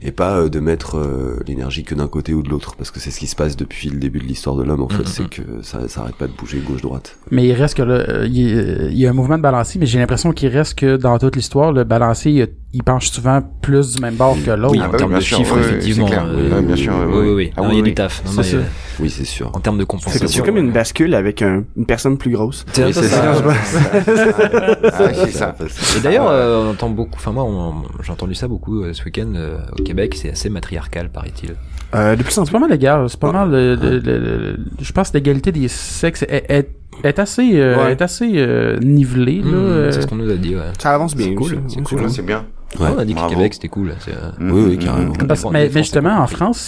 S3: et pas euh, de mettre euh, l'énergie que d'un côté ou de l'autre parce que c'est ce qui se passe depuis le début de l'histoire de l'homme en fait
S4: Mhm.
S3: c'est que ça ça arrête pas de bouger gauche droite
S1: Mais il reste que là, euh, il y a- il y a un mouvement de balancier, mais j'ai l'impression qu'il reste que dans toute l'histoire, le balancier, il, il penche souvent plus du même bord que l'autre.
S4: Oui,
S6: Ah
S4: en
S6: bah oui,
S4: termes
S6: bien
S4: de
S6: sûr,
S4: chiffres,
S6: oui, oui,
S4: effectivement.
S6: c'est clair,
S4: euh,
S6: oui, oui, bien sûr, oui,
S4: Oui,
S6: oui.
S4: oui.
S6: Ah
S4: Non,
S6: oui,
S4: Il y a
S6: oui.
S4: du taf. Non,
S1: C'est
S4: non, il y
S1: ça.
S4: a-
S3: oui c'est sûr
S4: En termes de
S5: C'est
S4: compensation.
S5: c'est comme une bascule avec un- une personne plus grosse.
S6: hein,
S4: C'est
S3: Mais
S4: ça,
S3: c'est
S4: ça.
S3: ça.
S6: Ah, c'est ça.
S4: Et d'ailleurs, euh, on entend beaucoup. Enfin, moi, on- j'ai entendu ça beaucoup euh, ce week-end euh, au Québec. C'est assez matriarcal, paraît-il.
S5: Euh, de plus en
S1: C'est
S5: plus.
S1: pas mal égal. C'est pas mal. le- le- le- le- je pense que l'égalité des sexes est, est, est assez, euh,
S5: Ouais.
S1: est assez euh, nivelée. là,
S4: Mmh,
S1: euh.
S4: C'est ce qu'on nous a dit. Ouais.
S5: Ça avance bien. hein.
S4: C'est cool,
S5: ça.
S4: c'est
S5: Ouais,
S4: cool.
S5: vrai.
S6: Ouais, C'est hein. bien.
S3: Ouais,
S4: on a dit que
S6: bravo.
S4: Québec c'était cool. c'est, euh,
S3: oui oui carrément
S4: Mm.
S1: Parce-
S4: Bon,
S1: mais,
S4: des
S1: mais
S4: Français
S1: justement,
S4: beaucoup
S1: en
S4: plus.
S1: France,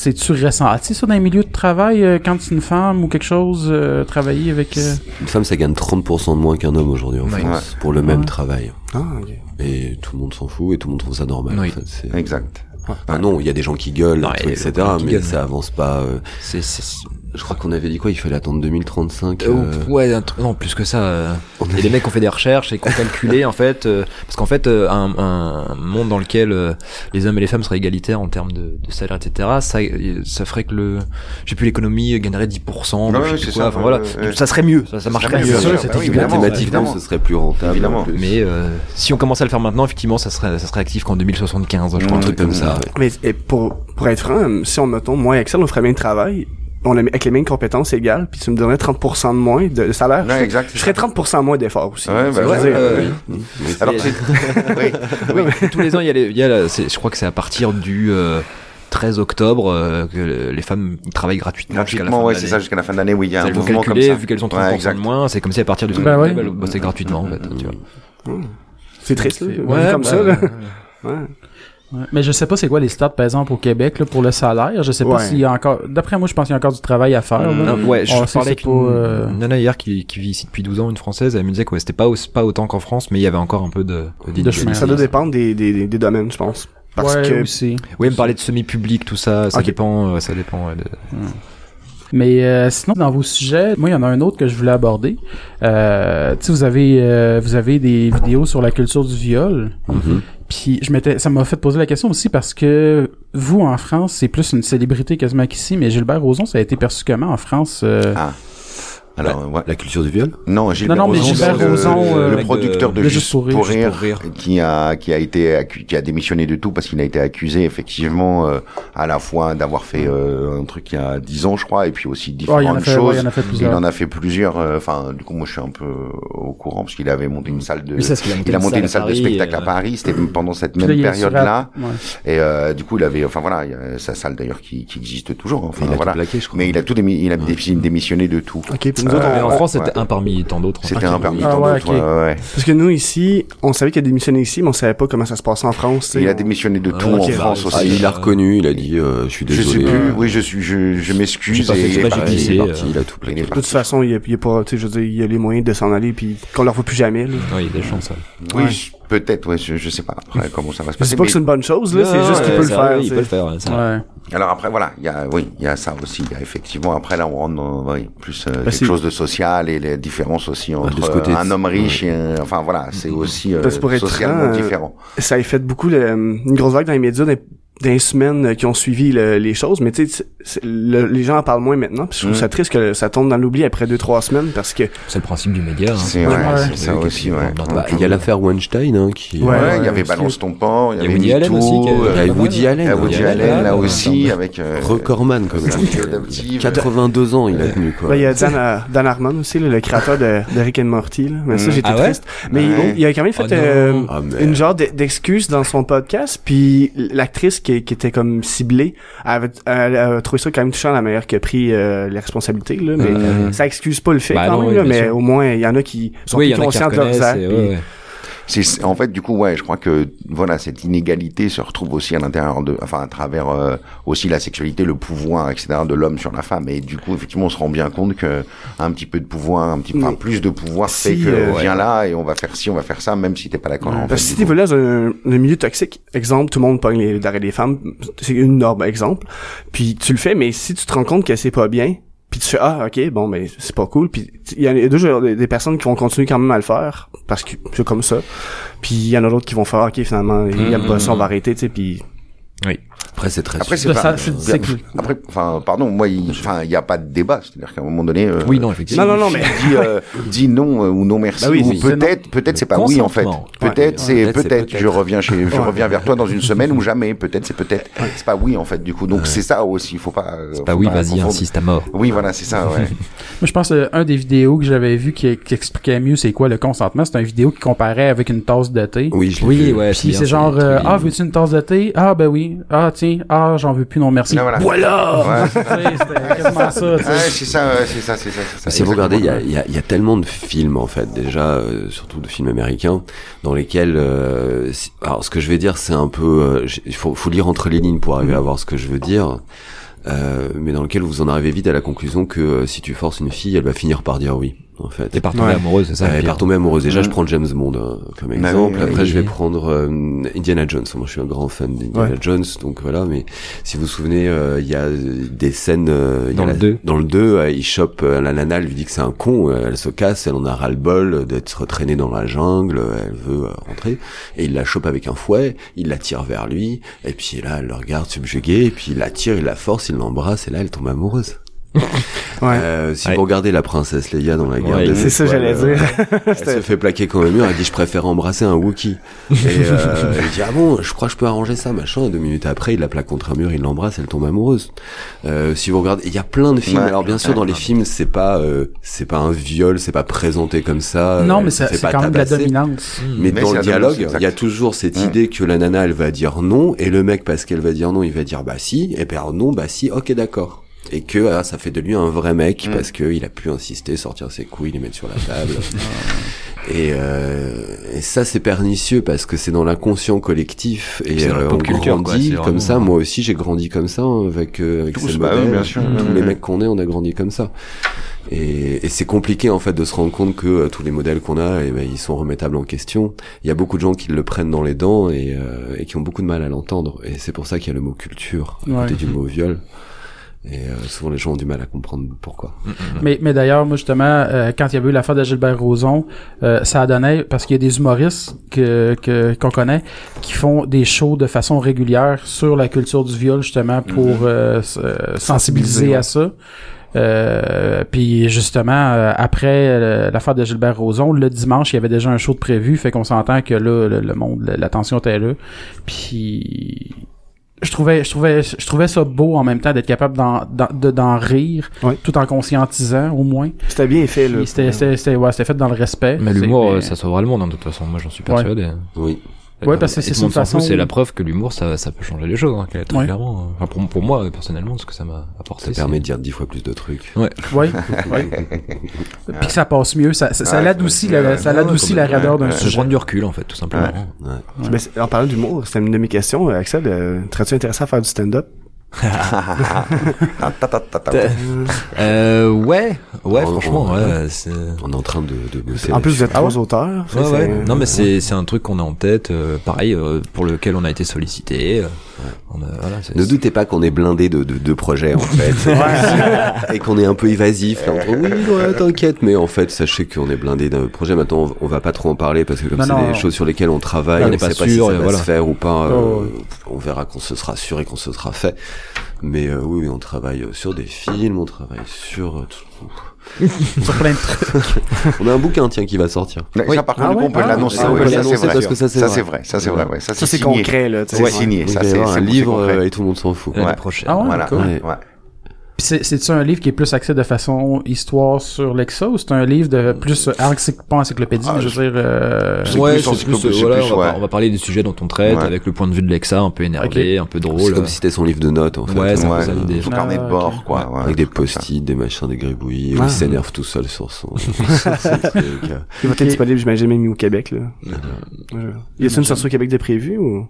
S1: c'est-tu ressenti ça dans les milieux de travail euh, quand c'est une femme ou quelque chose, euh, travailler avec... euh,
S3: une femme ça gagne 30% de moins qu'un homme aujourd'hui en
S4: Ouais.
S3: France pour le même
S1: Ouais.
S3: travail
S5: Ah, ok.
S3: et tout le monde s'en fout et tout le monde trouve ça normal
S4: Oui.
S3: en fait c'est-
S6: Exact.
S3: Ah non, il y a des gens qui gueulent,
S4: Non,
S3: tout,
S4: il y a des
S3: etc.
S4: gens qui
S3: Mais
S4: gueulent,
S3: ça avance pas. euh,
S4: c'est- c'est-
S3: Je crois qu'on avait dit quoi Il fallait attendre 2035. euh,
S4: Euh, Ouais, un truc- non, plus que ça. euh,
S3: on
S4: Il y a
S3: est-
S4: des mecs qui ont fait des recherches et qui ont calculé en fait, euh, parce qu'en fait, euh, un, un monde dans lequel euh, les hommes et les femmes seraient égalitaires en termes de, de salaire, etc., ça, euh, ça ferait que le, j'ai plus l'économie gagnerait 10%,
S6: Ouais,
S4: je
S6: ouais,
S4: sais plus
S6: c'est
S4: quoi,
S6: ça,
S4: enfin
S6: ouais,
S4: voilà,
S6: ouais, ouais.
S4: ça serait mieux, ça, ça marcherait
S6: serait
S4: mieux.
S6: mieux,
S1: c'est
S6: bah oui,
S1: évidemment,
S3: Mathématiquement,
S6: évidemment.
S3: ce serait plus rentable.
S6: Évidemment.
S3: en plus.
S4: Mais euh, si on commençait à le faire maintenant, effectivement, ça serait, ça serait actif qu'en 2075, je
S6: Mmh.
S4: crois.
S3: un truc comme ça. ouais.
S5: Mais et pour, pour être franc, euh, si on mettons moi et Axel, on ferait bien le travail, on a, avec les mêmes compétences égales, puis tu me donnerais 30% de moins de, de salaire.
S6: Ouais, exact. c'est
S5: Je ferais
S6: ça.
S5: 30% moins d'efforts aussi.
S6: Ouais, bah
S5: Je veux
S6: ouais,
S5: dire,
S6: ouais,
S5: euh,
S6: ouais.
S3: Mais
S6: Alors,
S3: c'est-
S6: c'est. oui, oui.
S4: Tous les ans, il y a, les, il y a la- c'est- je crois que c'est à partir du euh, 13 octobre euh, que les femmes travaillent gratuitement. jusqu'à la fin
S6: Gratuitement,
S4: de
S6: ouais,
S4: l'année.
S6: c'est ça, jusqu'à la fin de l'année, oui, il y a un
S4: Elles vont
S6: mouvement comme
S4: calculer,
S6: ça.
S4: vu qu'elles ont 30%
S6: Ouais,
S4: de
S6: exact.
S4: moins, c'est comme si à partir du 30
S1: Bah ouais. Mmh.
S4: elles bossaient gratuitement, en fait, tu vois.
S5: C'est triste, là,
S1: C'est-
S5: ouais, ben,
S6: ben
S5: comme
S4: bah,
S5: ça. Là.
S4: ouais.
S5: Ouais.
S1: ouais. Mais je sais pas c'est quoi les stats, par exemple, au Québec, là, pour le salaire. Je sais pas
S5: Ouais. Mm.
S1: s'il y a encore... D'après moi, je pense qu'il y a encore du travail à faire. là.
S4: Non, ouais, je
S1: On sait,
S4: parlais avec
S1: Oh, c'est pas,
S4: une
S1: euh,
S4: une nana hier qui, qui vit ici depuis 12 ans, une française, elle me disait que ouais, c'était pas, au- pas autant qu'en France, mais il y avait encore un peu de,
S1: De chemin.
S5: Ça doit dépendre des, des, des- des domaines, je pense. Parce
S1: ouais,
S5: que
S1: aussi.
S4: Oui, elle me parlait de semi-public, tout ça, ça
S5: Ok.
S4: dépend, euh, ça dépend. ouais, de-
S6: Bah,
S1: Mais euh, sinon, dans vos sujets, moi, il y en a un autre que je voulais aborder. Euh, tu sais, vous avez, euh, vous avez des vidéos sur la culture du viol.
S5: Mm-hmm.
S1: Puis je m'étais, ça m'a fait poser la question aussi parce que vous en France, c'est plus une célébrité quasiment qu'ici, mais Gilbert Rozon, ça a été perçu comment en France euh,
S6: Ah. Alors, ouais.
S3: La culture du viol
S6: Non, Gilbert
S1: Non, non, mais
S6: Rozon,
S1: Gilbert
S6: c'est le-
S1: Rozon, euh,
S6: le,
S1: mec
S6: producteur de,
S1: de
S6: Juste pour rire,
S4: Juste pour rire.
S6: qui a qui a été accu- qui a démissionné de tout parce qu'il a été accusé effectivement euh, à la fois d'avoir fait euh, un truc il y a 10 ans je crois et puis aussi
S1: ouais, Oh, il y en
S6: différentes
S1: a fait, ouais, il
S6: choses.
S1: y en a fait
S6: il
S1: plusieurs.
S6: en a fait plusieurs. euh, Enfin, du coup, moi, je suis un peu au courant parce qu'il avait monté une salle de.
S4: Oui, c'est parce qu'il a monté
S6: Il a
S4: une
S6: monté
S4: salle
S6: une
S4: à
S6: salle de
S4: Paris,
S6: spectacle à
S4: euh,
S6: Paris. C'était pendant cette
S1: Puis là,
S6: même
S1: il y a
S6: période-là.
S1: Surat, ouais.
S6: Et euh, du coup, il avait, enfin voilà, il y a sa salle d'ailleurs qui, qui existe toujours. hein, Enfin
S3: Il a
S6: voilà.
S3: tout plaqué, je crois.
S6: Mais il a tout démi- il a démi- démissionné de tout.
S5: Ok, puis nous autres,
S4: Mais en
S5: on-
S4: France, c'était
S6: Euh, ouais.
S4: un parmi tant d'autres. hein.
S6: C'était
S4: Ok.
S6: un permis
S1: Ah
S6: tant
S1: ouais,
S6: d'autres,
S1: ok.
S6: ouais, ouais.
S5: parce que nous ici, on savait qu'il a démissionné ici, mais on savait pas comment ça se passait en France. tu sais.
S6: Il a démissionné de
S4: Ah,
S6: tout
S4: ok,
S6: en
S4: bah,
S6: France
S4: ça,
S6: aussi.
S3: Ah, il l'a reconnu, il a dit euh, je suis
S6: Je sais
S3: désolé.
S6: plus. Oui, je suis, je, je
S4: J'ai
S6: m'excuse.
S4: pas fait
S6: et-
S4: exprès,
S6: et-
S4: j'ai
S6: pareil,
S4: glissé,
S6: il est
S4: euh,
S6: parti, il a tout il plaqué. est
S5: De toute
S6: parti.
S5: façon, il y a, il y a pas, tu sais, je veux dire, il y a les moyens de s'en aller, puis qu'on leur voit plus jamais. Là.
S4: Ouais, il y a des chances. ouais.
S6: Oui, je- peut-être. Ouais, je, je sais pas après comment ça va se
S5: Je
S6: passer.
S5: sais pas
S6: mais-
S5: que c'est une bonne chose, là, c'est
S4: Non,
S5: juste qu'il
S4: ouais,
S5: peut le
S4: ça,
S5: faire.
S4: oui, Il
S5: tu
S4: peut
S5: sais.
S4: le faire, ouais, ça.
S1: Ouais.
S6: Alors après, voilà, il y a, oui, il y a ça aussi. Il y a effectivement, après là, on rentre dans oui, plus euh,
S5: c'est-
S6: quelque chose de social et les différences aussi entre
S3: de ce côté,
S6: euh, un
S3: c'est-
S6: homme riche et un- enfin voilà, c'est aussi euh,
S5: Parce que pour être
S6: socialement
S5: franc, euh,
S6: différent.
S5: ça a fait beaucoup le- une grosse vague dans les médias dans les des semaines euh, qui ont suivi le- les choses, mais tu sais, c'est- le- les gens en parlent moins maintenant. Puis je trouve
S6: Mm.
S5: ça triste que ça tombe dans l'oubli après deux trois semaines parce que
S4: C'est le principe du média. hein.
S6: C'est
S1: Ouais,
S6: ouais,
S1: ouais.
S6: c'est ça
S4: Oui,
S6: aussi, ouais.
S4: dans-
S3: Bah, Il y a l'affaire Weinstein hein, qui.
S5: Ouais.
S6: Ouais, il y avait
S1: ouais,
S6: Balance ton port, il y
S4: Il y a
S6: avait
S4: Woody Allen
S6: MeToo,
S4: aussi qui a-
S3: Il y a
S6: euh,
S3: Woody
S6: il
S3: Allen.
S6: y a Woody Allen là
S4: Allen,
S6: aussi avec euh,
S3: Recordman quand même.
S6: Samuel Adaptive.
S3: 82 ans il a tenu quoi.
S5: Ben, il y a Dan, euh, Dan Harmon aussi, là, le créateur de, de Rick and Morty. Là. Mais ça,
S6: Mm.
S5: j'étais
S4: Ah ouais?
S5: triste. Mais il-
S6: Ouais.
S5: il, a quand même fait
S4: Oh non.
S5: euh,
S3: Ah, merde.
S5: une genre d'e- d'excuse dans son podcast. Puis l'actrice qui, qui était comme ciblée, elle avait, elle a trouvé ça quand même touchant la manière que pris euh, les responsabilités. Là, mais
S4: Euh,
S5: ça excuse pas le fait
S4: Bah non,
S5: quand même.
S4: oui,
S5: là,
S4: bien
S5: mais
S4: sûr.
S5: au moins, il y en a qui sont
S4: oui, il y
S5: plus
S4: en a qui
S5: conscients de
S4: reconnaissent. euh,
S5: leurs actes.
S4: et
S5: puis-
S4: ouais, ouais.
S6: C'est en fait du coup ouais, je crois que voilà cette inégalité se retrouve aussi à l'intérieur de, enfin à travers euh, aussi la sexualité, le pouvoir, etc. de l'homme sur la femme. Et du coup effectivement on se rend bien compte que un petit peu de pouvoir, un petit peu,
S5: Mais
S6: enfin, plus de pouvoir
S5: si,
S6: fait que
S5: euh, Mm.
S6: on vient là et on va faire ci, on va faire ça, même si t'es pas d'accord. en fait,
S5: Parce que si
S6: du
S5: t'es
S6: coup.
S5: volé dans un, un milieu toxique, exemple, tout le monde pogne les d'arrêt des femmes, c'est une norme, exemple, puis tu le fais, mais si tu te rends compte que c'est pas bien, puis tu fais ah ok bon mais c'est pas cool puis tu- il y en a deux des, des personnes qui vont continuer quand même à le faire parce que c'est comme ça puis il y en a d'autres qui vont faire ok finalement il y a pas ça on va arrêter tu sais puis
S3: Après c'est très.
S6: Après
S1: De
S6: c'est pas.
S1: ça, c'est- c'est cool.
S6: Après, enfin, pardon, moi, il enfin, il y a pas de débat, c'est-à-dire qu'à un moment donné, euh,
S4: Oui, non,
S6: si
S4: effectivement.
S5: Non, non, non,
S6: une
S5: mais-
S6: fille dit, euh, dit non euh, ou non merci
S5: Bah oui,
S6: ou
S5: oui.
S6: peut-être, peut-être c'est pas
S4: Le
S6: oui en fait.
S4: consentement.
S6: Peut-être
S3: Ouais,
S6: c'est
S3: peut-être, c'est
S6: peut-être. Je
S3: peut-être.
S6: reviens chez, je reviens vers toi dans une semaine ou jamais. Peut-être c'est peut-être. C'est pas oui en fait du coup. Donc c'est ça aussi, il faut pas. euh,
S4: C'est pas
S6: faut
S4: Bah oui, vas-y,
S6: confondre.
S4: insiste à mort.
S6: Oui, voilà, c'est ça. Ouais.
S1: Moi, je pense euh, un des vidéos que j'avais vu qui, qui expliquait mieux c'est quoi le consentement, c'est une vidéo qui comparait avec une tasse de thé.
S3: Oui je l'ai
S4: Oui,
S3: vu.
S4: ouais.
S1: Puis c'est genre euh, ah veux-tu une tasse de thé Ah ben oui. Ah tiens, ah j'en veux plus non merci.
S6: Là, Ben voilà. Ouais, c'est ça.
S1: Tu sais, C'était quasiment ça. tu sais.
S6: Ouais, c'est ça, ouais, c'est ça, c'est ça, c'est ça.
S3: Si vous regardez, il y a,
S6: Exactement.
S3: il y, a, il y a tellement de films en fait déjà, euh, surtout de films américains, dans lesquels, euh, si- alors ce que je vais dire, c'est un peu, euh, j- il faut, faut lire entre les lignes pour
S6: Mm.
S3: arriver à voir ce que je veux dire, euh, mais dans lequel vous en arrivez vite à la conclusion que euh, si tu forces une fille, elle va finir par dire oui, en fait.
S4: T'es partenaire
S5: Ouais.
S4: amoureux, c'est ça
S3: Elle
S4: le
S3: est
S4: pire.
S3: par tomber amoureuse. Déjà,
S6: Mhm.
S3: je prends James Bond euh, comme
S5: Bah
S6: oui,
S3: exemple.
S6: oui,
S3: Après,
S4: oui.
S3: je vais prendre euh, Indiana Jones. Moi, je suis un grand fan d'Indiana
S5: Ouais.
S3: Jones, donc voilà. Mais si vous vous souvenez, euh, il y a euh, des scènes euh, il y a
S4: Dans le
S3: la-
S4: deux.
S3: Dans le 2, il chope euh, la nana, elle lui dit que c'est un con. euh, elle se casse, elle en a ras le bol euh, d'être traînée dans la jungle. euh, Elle veut euh, rentrer et il la chope avec un fouet. Il la tire vers lui et puis là, elle le regarde subjuguée et puis il la tire, il la force, il l'embrasse et là, elle tombe amoureuse.
S5: ouais
S3: Euh, si
S4: Ouais.
S3: vous regardez la princesse Leia dans la guerre
S4: Ouais,
S3: des
S5: c'est ça que
S3: Étoiles,
S5: j'allais
S3: euh,
S5: dire
S3: elle se fait plaquer quand même mur, elle dit je préfère embrasser un Wookie. Et euh, elle dit ah bon, je crois que je peux arranger ça, machin. Et deux minutes après, il la plaque contre un mur, il l'embrasse, elle tombe amoureuse. Euh, si vous regardez, il y a plein de films.
S6: Ouais.
S3: Alors bien sûr, dans les films, c'est pas euh, c'est pas un viol, c'est pas présenté comme ça.
S1: Non
S3: euh,
S1: mais
S3: elle se
S1: ça-
S3: fait
S1: c'est
S3: pas
S1: quand même de la
S3: tabasser.
S1: dominance.
S3: Mais,
S6: Mais
S3: dans
S6: c'est
S3: le
S6: la
S3: dialogue,
S6: dominance,
S3: il y a
S6: exact.
S3: toujours cette
S6: Mm.
S3: idée que la nana, elle va dire non, et le mec, parce qu'elle va dire non, il va dire bah si, et ben non, bah si, ok, d'accord. Et que ah, ça fait de lui un vrai mec,
S6: Mm.
S3: parce que il a pu insister, sortir ses couilles, les mettre sur la table. et, euh, et ça, c'est pernicieux, parce que c'est dans l'inconscient collectif, et
S4: C'est dans la
S3: euh, on
S4: pop culture, quoi,
S3: grandit
S4: c'est
S3: comme
S4: vraiment-
S3: ça. Ah, Moi aussi, j'ai grandi comme ça, hein, avec, euh, avec
S6: Tous,
S3: Seth
S6: bah oui,
S3: Godin,
S6: bien sûr.
S3: tous
S6: Mm,
S3: les
S6: mm.
S3: mecs qu'on est, on a grandi comme ça. Et, et c'est compliqué en fait de se rendre compte que euh, tous les modèles qu'on a, eh ben, ils sont remettables en question. Il y a beaucoup de gens qui le prennent dans les dents et, euh, et qui ont beaucoup de mal à l'entendre. Et c'est pour ça qu'il y a le mot culture à
S1: Ouais.
S3: côté du mot viol. Et euh, souvent les gens ont du mal à comprendre pourquoi.
S1: Mais, mais d'ailleurs, moi justement, euh, quand il y avait eu l'affaire de Gilbert Rozon, euh, ça a donné parce qu'il y a des humoristes que que- qu'on connaît qui font des shows de façon régulière sur la culture du viol justement pour euh, s- euh, sensibiliser à ça. Euh, puis justement euh, après euh, l'affaire de Gilbert Rozon le dimanche il y avait déjà un show de prévu fait qu'on s'entend que là le, le monde la- l'attention était là puis je trouvais je trouvais je trouvais ça beau en même temps d'être capable d'en d'en- de- d'en rire
S5: Ouais.
S1: tout en conscientisant au moins
S5: c'était bien fait là
S1: Puis c'était c'était c'était- ouais, c'était fait dans le respect
S4: Euh, Mais
S1: C'est-
S4: l'humour,
S1: mais-
S4: euh, ça sauvera le monde, hein, de toute façon. Moi, j'en suis
S1: Ouais.
S4: persuadé. hein.
S3: Oui.
S1: Ouais, parce que
S4: Et
S1: c'est
S4: tout
S1: une
S4: le monde s'en fout,
S1: façon-
S4: C'est la preuve que l'humour, ça, ça peut changer les choses, hein, très
S1: Ouais.
S4: clairement. Enfin, pour, pour moi, personnellement, ce que ça m'a
S3: Ça
S4: apporté.
S3: permet de dire dix fois plus de trucs.
S1: ouais, ouais. puis que ça passe mieux ça ça, ça
S6: Ouais,
S1: l'adoucit
S6: ouais,
S1: la,
S6: ouais.
S1: ça l'adoucit la raideur d'un
S4: Je
S1: sujet
S4: prends du recul, en fait, tout simplement.
S3: Ouais.
S5: Mais c'est- en parlant d'humour c'était une de mes questions euh, Axel euh, serais-tu intéressé à faire du stand-up
S6: Ah, ta, ta, ta, ta.
S4: Euh, ouais, ouais,
S3: Oh,
S4: franchement,
S3: oh,
S4: ouais,
S3: ouais.
S4: c'est...
S3: On est en train de, de bosser.
S5: en plus vous
S3: là-dessus.
S5: êtes trois auteurs ça,
S4: Ouais, ouais.
S5: c'est-
S4: Non, mais c'est, c'est un truc qu'on a en tête, euh, pareil, euh, pour lequel on a été sollicité. euh, On a- voilà, c'est-
S3: Ne doutez pas qu'on est blindé de, de, de projets en fait, et qu'on est un peu évasif. Là, entre, oui, ouais, t'inquiète, mais en fait, sachez qu'on est blindé d'un projet. Maintenant, on, on va pas trop en parler parce que comme
S1: Non,
S3: c'est
S1: non.
S3: des choses sur lesquelles on travaille,
S4: Là,
S3: on n'est pas, sûr, si ça va
S4: voilà.
S3: se faire ou pas. euh,
S1: Oh,
S3: On verra qu'on se sera sûr et qu'on se sera fait. Mais euh, oui, oui, on travaille euh, sur des films, on travaille sur. euh, tout-
S1: Sur plein de trucs.
S3: On a un bouquin tiens qui va sortir.
S6: Mais Ça, par
S1: Ah
S6: contre,
S1: ouais,
S6: on peut
S1: ah,
S6: l'annoncer.
S3: ça, on
S6: ouais,
S3: peut
S6: ça, c'est
S3: l'annoncer
S6: vrai.
S3: parce que ça, c'est
S6: ça,
S3: vrai.
S6: c'est vrai. Ça, c'est vrai. ouais. Ça,
S5: Ça,
S6: c'est
S5: c'est
S6: signé.
S5: concret, là. tu sais.
S6: C'est signé.
S3: Donc,
S6: Ça,
S3: il va y
S6: c'est
S3: avoir
S6: c'est-
S3: un
S6: c'est
S3: livre
S6: concret.
S3: euh, et tout le monde s'en fout.
S4: l'année
S6: ouais.
S4: prochaine.
S1: Ah ouais,
S6: Voilà.
S1: cool.
S3: Ouais.
S6: Ouais.
S1: Puis c'est- C'est-tu un livre qui est plus axé de façon histoire sur l'exo ou c'est un livre de plus euh, encycl- pas encyclopédie,
S6: Ah,
S1: mais je veux dire euh,
S6: C'est
S4: Ouais,
S6: plus
S4: c'est plus,
S6: encyclopé-
S4: euh,
S6: c'est
S4: voilà,
S6: plus,
S4: on, va,
S6: ouais.
S4: on va parler des sujets dont on traite
S6: Ouais.
S4: avec le point de vue de Lexa, un peu énervé, un peu
S3: C'est
S4: drôle.
S3: comme si c'était son livre de notes en fait. hein.
S4: Ouais, c'est un peu
S6: Ouais.
S4: ça l'idée.
S6: Son carnet de
S1: Ah,
S6: bord,
S1: ok.
S6: quoi. ouais.
S3: Avec des post-it, des machins, des gribouillis, où il s'énerve tout seul sur son. sur son truc.
S5: Il va être
S1: Ok.
S5: disponible, j'imagine, même au Québec, là.
S6: Euh,
S5: Ouais. Y a-t-il une sortie au Québec de prévu ou?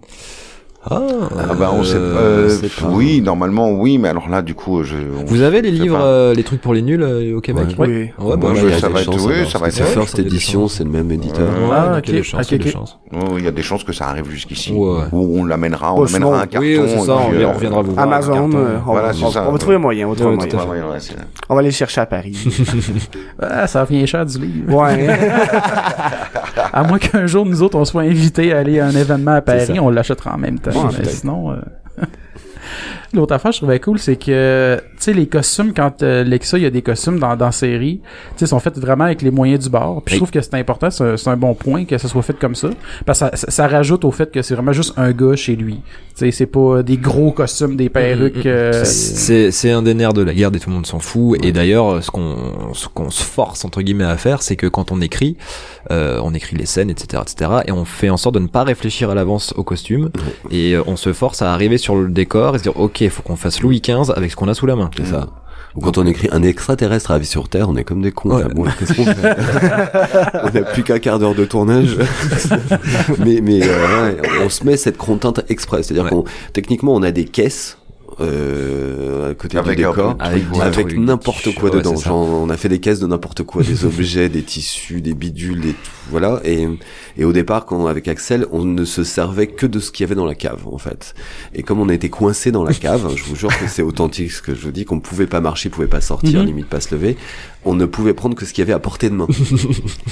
S4: Ah,
S6: Ah bah on sait,
S4: euh,
S6: euh,
S4: c'est pas-
S6: oui normalement oui mais alors là du coup euh, je on-
S4: Vous avez les
S6: je sais
S4: livres,
S6: pas.
S4: euh, les trucs pour les nuls euh, au Québec
S1: Ouais.
S5: Oui.
S4: Ouais,
S6: Moi,
S4: bah,
S6: je-
S4: ouais, il y a
S6: ça
S4: des
S6: va être-
S4: chances
S6: ouais,
S4: alors,
S6: ça
S4: parce
S6: va être-
S4: que
S3: C'est
S4: c'est
S3: First
S4: des
S3: Edition,
S4: chances.
S3: c'est le même éditeur.
S4: Ouais,
S1: Ah,
S4: donc il y a des
S1: ok,
S4: chances,
S1: ok,
S4: il y a des
S1: ok.
S4: chances.
S6: Oh, il y a des chances que ça arrive jusqu'ici
S4: Ouais, ouais.
S6: ou on l'amènera on
S5: Oh,
S6: l'amènera
S5: sinon,
S6: un carton
S4: Oui, c'est ça,
S6: et
S4: on,
S6: puis, euh,
S4: reviendra vous voir.
S5: Amazon, euh, on,
S6: Voilà,
S5: on-
S6: c'est ça.
S5: on va trouver un moyen, on va trouver
S4: Ouais,
S5: un
S4: tout à
S5: moyen.
S6: ouais, ouais, ouais, c'est-
S5: On va aller le chercher à Paris.
S1: ah, ça revient cher du livre.
S5: ouais.
S1: À moins qu'un jour nous autres on soit invités à aller à un événement à
S4: C'est
S1: Paris,
S4: ça.
S1: on l'achètera en même temps.
S5: Ouais,
S1: Mais
S5: peut-être.
S1: sinon euh, L'autre affaire que je trouvais cool, c'est que tu sais les costumes quand euh, Lexa il y a des costumes dans dans série, tu sais sont faits vraiment avec les moyens du bord. Puis je
S4: Oui.
S1: trouve que c'est important, c'est un- c'est un bon point que ça soit fait comme ça parce que ça, ça- ça rajoute au fait que c'est vraiment juste un gars chez lui. Tu sais c'est pas des gros costumes, des perruques euh,
S4: Mm, C'est c'est un des nerfs de la guerre et tout le monde s'en fout. Et d'ailleurs, ce qu'on ce qu'on se force entre guillemets à faire, c'est que quand on écrit, euh, on écrit les scènes, etc., etc., et on fait en sorte de ne pas réfléchir à l'avance au costume. Et euh, on se force à arriver sur le décor et se dire, ok, faut qu'on fasse Louis XV avec ce qu'on a sous la main.
S3: C'est ça. Ou quand on écrit un extraterrestre à la vie sur Terre, on est comme des cons.
S4: Ouais.
S3: Ah bon, qu'est-ce qu'on fait On n'a plus qu'un quart d'heure de tournage. mais mais euh, ouais, on se met cette crontinte exprès. C'est-à-dire
S4: Ouais.
S3: qu'on techniquement on a des caisses euh, à côté
S6: Avec
S3: du
S6: un
S3: décor.
S6: peu
S4: Avec, des
S3: avec
S4: trucs,
S3: n'importe quoi
S4: ouais,
S3: dedans.
S4: c'est ça.
S3: Genre, on a fait des caisses de n'importe quoi, des objets, des tissus, des bidules, des tout, voilà. Et, et au départ, quand avec Axel, on ne se servait que de ce qu'il y avait dans la cave, en fait. Et comme on a été coincé dans la cave, je vous jure que c'est authentique ce que je vous dis, qu'on pouvait pas marcher, pouvait pas sortir,
S1: Mhm.
S3: limite pas se lever. On ne pouvait prendre que ce qu'il y avait à portée de main.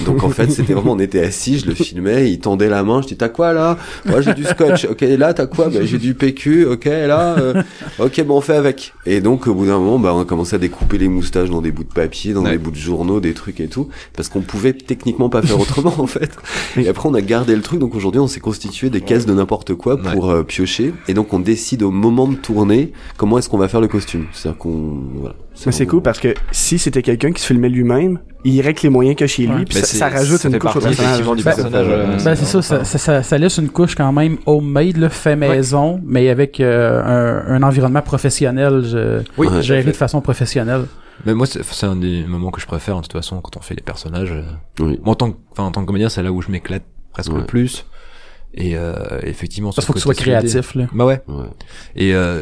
S3: Donc en fait, c'était vraiment, on était assis, je le filmais, il tendait la main, je dis t'as quoi là Moi j'ai du scotch. Ok, là t'as quoi Ben j'ai du PQ. Ok, là, euh, ok, ben on fait avec. Et donc au bout d'un moment, ben on a commencé à découper les moustaches dans des bouts de papier, dans
S4: Ouais.
S3: des bouts de journaux, des trucs et tout, parce qu'on pouvait techniquement pas faire autrement en fait. Et après on a gardé le truc. Donc aujourd'hui, on s'est constitué des caisses de n'importe quoi pour euh, piocher. Et donc on décide au moment de tourner comment est-ce qu'on va faire le costume. C'est-à-dire qu'on voilà.
S5: Mais c'est
S3: vraiment-
S5: cool parce que si c'était quelqu'un qui se filmait lui-même, il règle les moyens que chez
S1: Ouais.
S5: lui, puis
S4: Mais
S5: ça,
S4: c'est-
S5: ça rajoute
S4: ça
S5: une
S4: fait
S5: couche au
S4: partie,
S5: personnage.
S4: effectivement, du
S5: Ben,
S4: personnage, euh,
S5: ça fait-
S4: ouais.
S1: Ben c'est ça ça, ça, ça, ça laisse une couche quand même homemade, le fait maison, mais avec euh, un, un environnement professionnel, je,
S4: Oui,
S3: Ouais.
S1: géré de façon professionnelle.
S4: Mais moi, c'est c'est un des moments que je préfère, de toute façon, quand on fait les personnages. euh,
S3: Oui.
S4: Moi, en tant que, enfin, en tant que comédien, c'est là où je m'éclate presque
S3: Ouais.
S4: le plus. Et euh, effectivement,
S1: Parce
S4: ce
S1: qu'il faut que tu sois
S4: côté solidé.
S1: créatif, là.
S4: Bah ouais.
S3: Ouais.
S4: Et euh,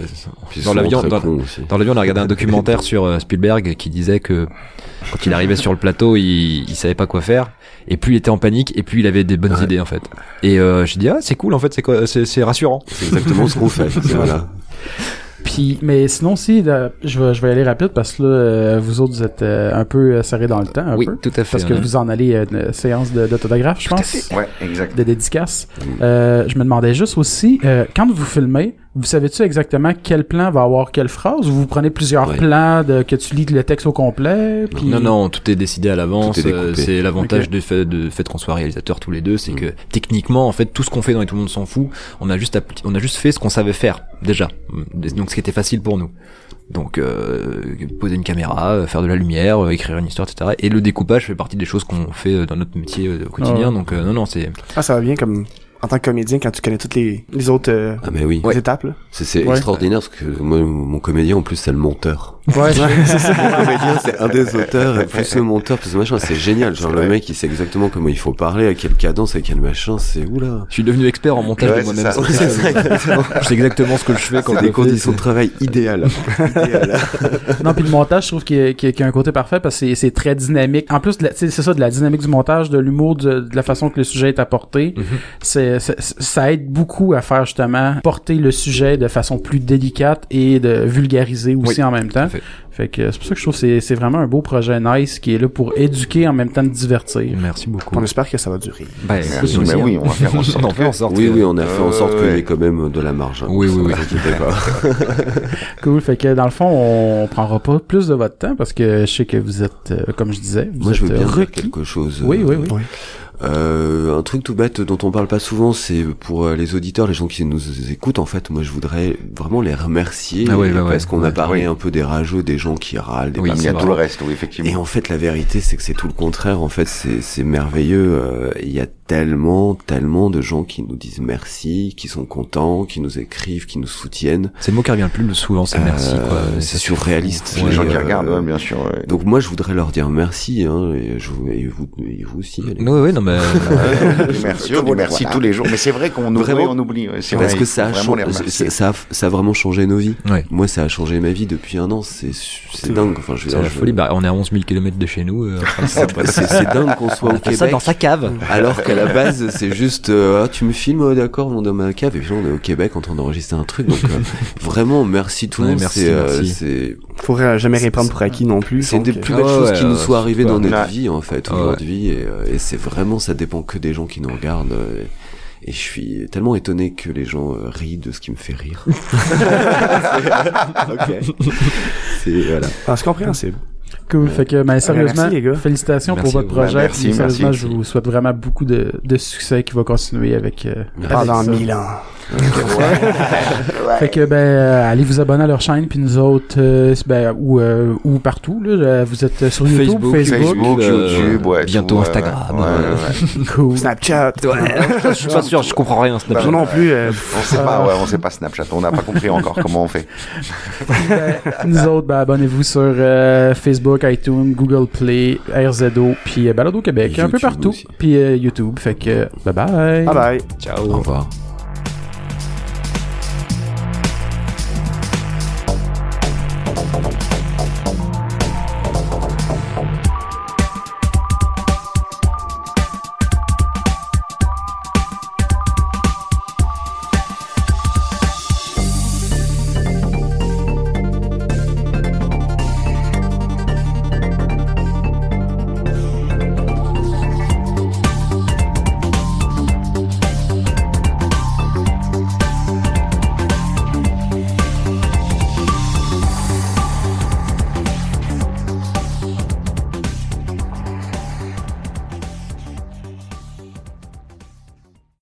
S4: dans
S3: Puis ils sont
S4: l'avion,
S3: très
S4: dans,
S3: cons aussi.
S4: dans l'avion, on a regardé un documentaire sur euh, Spielberg qui disait que quand il arrivait sur le plateau, il, il savait pas quoi faire. Et plus il était en panique, et plus il avait des bonnes
S3: Ouais.
S4: idées en fait. Et euh, j'ai dit ah c'est cool en fait, c'est quoi- c'est c'est rassurant.
S3: C'est exactement ce qu'on fait. voilà.
S1: Puis, mais sinon, si, là, je vais, je vais aller rapide parce que là, euh, vous autres, vous êtes euh, un peu euh, serrés dans le temps, un
S4: oui,
S1: peu.
S4: tout à fait.
S1: Parce que
S4: hein.
S1: vous en allez à une séance de- d'autographe, je pense,
S6: ouais exact
S1: de dédicace.
S4: Mm.
S1: Euh, je me demandais juste aussi, euh, quand vous filmez, vous savez-tu exactement quel plan va avoir quelle phrase ou vous prenez plusieurs
S3: Ouais.
S1: plans de, que tu lis le texte au complet? Puis...
S4: Non, non, tout est décidé à l'avance.
S3: Tout est
S4: euh,
S3: découpé. Mm.
S4: C'est l'avantage
S1: Ok.
S4: du fait, de fait qu'on soit réalisateur tous les deux, c'est que techniquement, en fait, tout ce qu'on fait dans et tout le monde s'en fout. On a juste, appli- on a juste fait ce qu'on savait faire déjà. Mm. Donc, ce qui était facile pour nous. Donc, euh, poser une caméra, euh, faire de la lumière, euh, écrire une histoire, etc. Et le découpage fait partie des choses qu'on fait euh, dans notre métier euh, au quotidien.
S6: Oh.
S1: Ah.
S4: Donc, euh, non, non, c'est
S5: Ah, ça va bien comme en tant que comédien quand tu connais toutes les, les autres euh,
S3: Ah mais oui.
S5: étapes. Là.
S3: C'est c'est
S1: Ouais.
S3: extraordinaire parce que moi, mon comédien en plus c'est le monteur.
S5: Ouais, c'est ça.
S3: comédien, c'est un des auteurs, et plus le monteur, plus le machin, c'est génial. Genre, le mec, il sait exactement comment il faut parler, à quelle cadence, à quel machin, c'est oula.
S4: Je suis devenu expert en montage
S6: Ouais,
S4: de
S6: c'est
S4: moi-même.
S6: ça.
S4: c'est ça.
S3: C'est ça, exactement.
S4: Je sais exactement ce que je fais quand
S3: C'est
S4: je le
S3: des
S4: fais.
S3: conditions de travail idéales. Idéales.
S1: Non, puis le montage, je trouve qu'il y, a- qu'il y a- qu'il y a un côté parfait parce que c'est- c'est très dynamique. En plus, de la- tu sais, c'est ça, de la dynamique du montage, de l'humour, de, de la façon que le sujet est apporté.
S3: Mhm.
S1: c'est c'est- Ça aide beaucoup à faire justement porter le sujet de façon plus délicate et de vulgariser aussi en même temps.
S4: à fait.
S1: Fait. que c'est pour ça que je trouve que c'est- c'est vraiment un beau projet nice qui est là pour éduquer en même temps de divertir.
S4: Merci beaucoup.
S5: On espère que ça va durer.
S4: Bah,
S6: Merci,
S4: écoute, nous
S6: mais
S4: aussi,
S6: oui,
S4: hein.
S6: on va faire en sorte
S4: en fait en sorte.
S3: Oui,
S4: que-
S3: oui, on a fait en sorte
S6: Euh,
S3: qu'il y
S6: ouais.
S3: ait quand même de la marge. hein.
S4: Oui, oui, oui.
S3: Vous inquiétez pas.
S1: Cool. Fait que dans le fond, on prendra pas plus de votre temps parce que je sais que vous êtes, euh, comme je disais, vous
S3: Moi,
S1: êtes euh,
S3: je veux bien dire
S1: requis.
S3: quelque chose.
S1: Oui, oui, oui.
S3: Euh, un truc tout bête dont on parle pas souvent, c'est pour euh, les auditeurs, les gens qui nous écoutent. En fait, moi, je voudrais vraiment les remercier
S4: Ah ouais, bah
S3: parce
S4: ouais,
S3: qu'on a
S4: ouais.
S3: parlé
S6: Oui.
S3: un peu des rageux, des gens qui râlent, des
S4: Oui,
S6: Il
S3: parmi
S6: y a
S4: c'est
S6: tout
S4: vrai.
S6: le reste, oui,
S3: Et
S6: effectivement.
S3: en fait, la vérité, c'est que c'est tout le contraire. En fait, c'est c'est merveilleux. Euh, Il y a tellement, tellement de gens qui nous disent merci, qui sont contents, qui nous écrivent, qui nous soutiennent.
S4: C'est le mot qui revient le plus souvent, c'est merci,
S3: Euh,
S4: quoi.
S3: c'est surréaliste.
S6: Les
S3: Ouais,
S6: gens
S3: euh,
S6: qui regardent, ouais, bien sûr. ouais.
S3: Donc moi, je voudrais leur dire merci. Hein, et, je, vous- et vous, et vous aussi. allez.
S4: Oui, oui, non, mais.
S6: Merci, on dit merci tous les jours. Mais c'est vrai qu'on oublie,
S3: Vraiment.
S6: on oublie. ouais, c'est
S3: Parce
S6: vrai,
S3: que
S6: il
S3: ça a,
S6: faut vraiment les
S3: changé- ça,
S6: remercier.
S3: ça a, ça a vraiment changé nos vies.
S4: Ouais.
S3: Moi, ça a changé ma vie depuis un an. C'est c'est dingue. Enfin, je veux
S4: C'est
S3: dire,
S4: la
S3: je-
S4: folie. Bah, on est à 11 000 km de chez nous. euh, enfin,
S3: c'est c'est dingue qu'on soit au
S4: on fait Ah, ça
S3: Québec.
S4: dans sa cave.
S3: Alors qu'à la base, c'est juste, euh, ah, tu me filmes, ouais, d'accord, on est dans ma cave, et puis là, on est au Québec en train d'enregistrer un truc, donc euh, vraiment, merci tout le
S4: Ouais,
S3: monde,
S4: merci,
S3: c'est, euh,
S4: merci.
S3: c'est,
S5: Faudrait jamais les prendre pour acquis non plus.
S3: c'est une des
S5: donc, euh,
S3: plus
S4: Ah
S3: belles choses
S4: ouais,
S3: qui nous
S4: ouais,
S3: soient arrivées
S4: super.
S3: dans notre
S6: Ouais.
S3: vie, en fait,
S4: Ah ouais.
S3: aujourd'hui, et, euh, et c'est vraiment, ça dépend que des gens qui nous regardent, euh, et je suis tellement étonné que les gens euh, rient de ce qui me fait rire. euh, ok. C'est, voilà.
S5: Ah, c'est compréhensible.
S1: Cool. Fait que, ben, sérieusement,
S5: merci, les gars.
S1: félicitations
S4: Merci
S1: pour votre
S4: à vous.
S1: projet.
S6: Ben, merci,
S1: Puis, sérieusement,
S6: merci.
S1: je vous souhaite vraiment beaucoup de, de succès qui va continuer avec, euh, avec
S5: Pendant
S1: ça.
S5: mille ans.
S1: Fait que, ben, euh, allez vous abonner à leur chaîne, puis nous autres, euh, ben, ou, euh, ou partout, là. euh, Vous êtes euh, sur YouTube,
S4: Facebook,
S1: Facebook.
S6: Facebook,
S4: euh,
S6: YouTube, ouais,
S4: bientôt
S6: tout, ouais,
S4: Instagram.
S6: ouais, ouais,
S4: euh,
S6: ouais.
S1: Cool.
S5: Snapchat.
S4: je suis pas sûr, je comprends rien, Snapchat.
S5: Moi non plus. euh,
S6: On sait pas, ouais, on sait pas Snapchat. On n'a pas compris encore comment on fait.
S1: Ben, nous autres, ben, abonnez-vous sur euh, Facebook, iTunes, Google Play, RZO, puis euh, Balado Québec, un peu
S3: YouTube
S1: partout,
S3: aussi.
S1: puis euh, YouTube. Fait que, bye bye.
S5: Bye bye.
S3: Au revoir.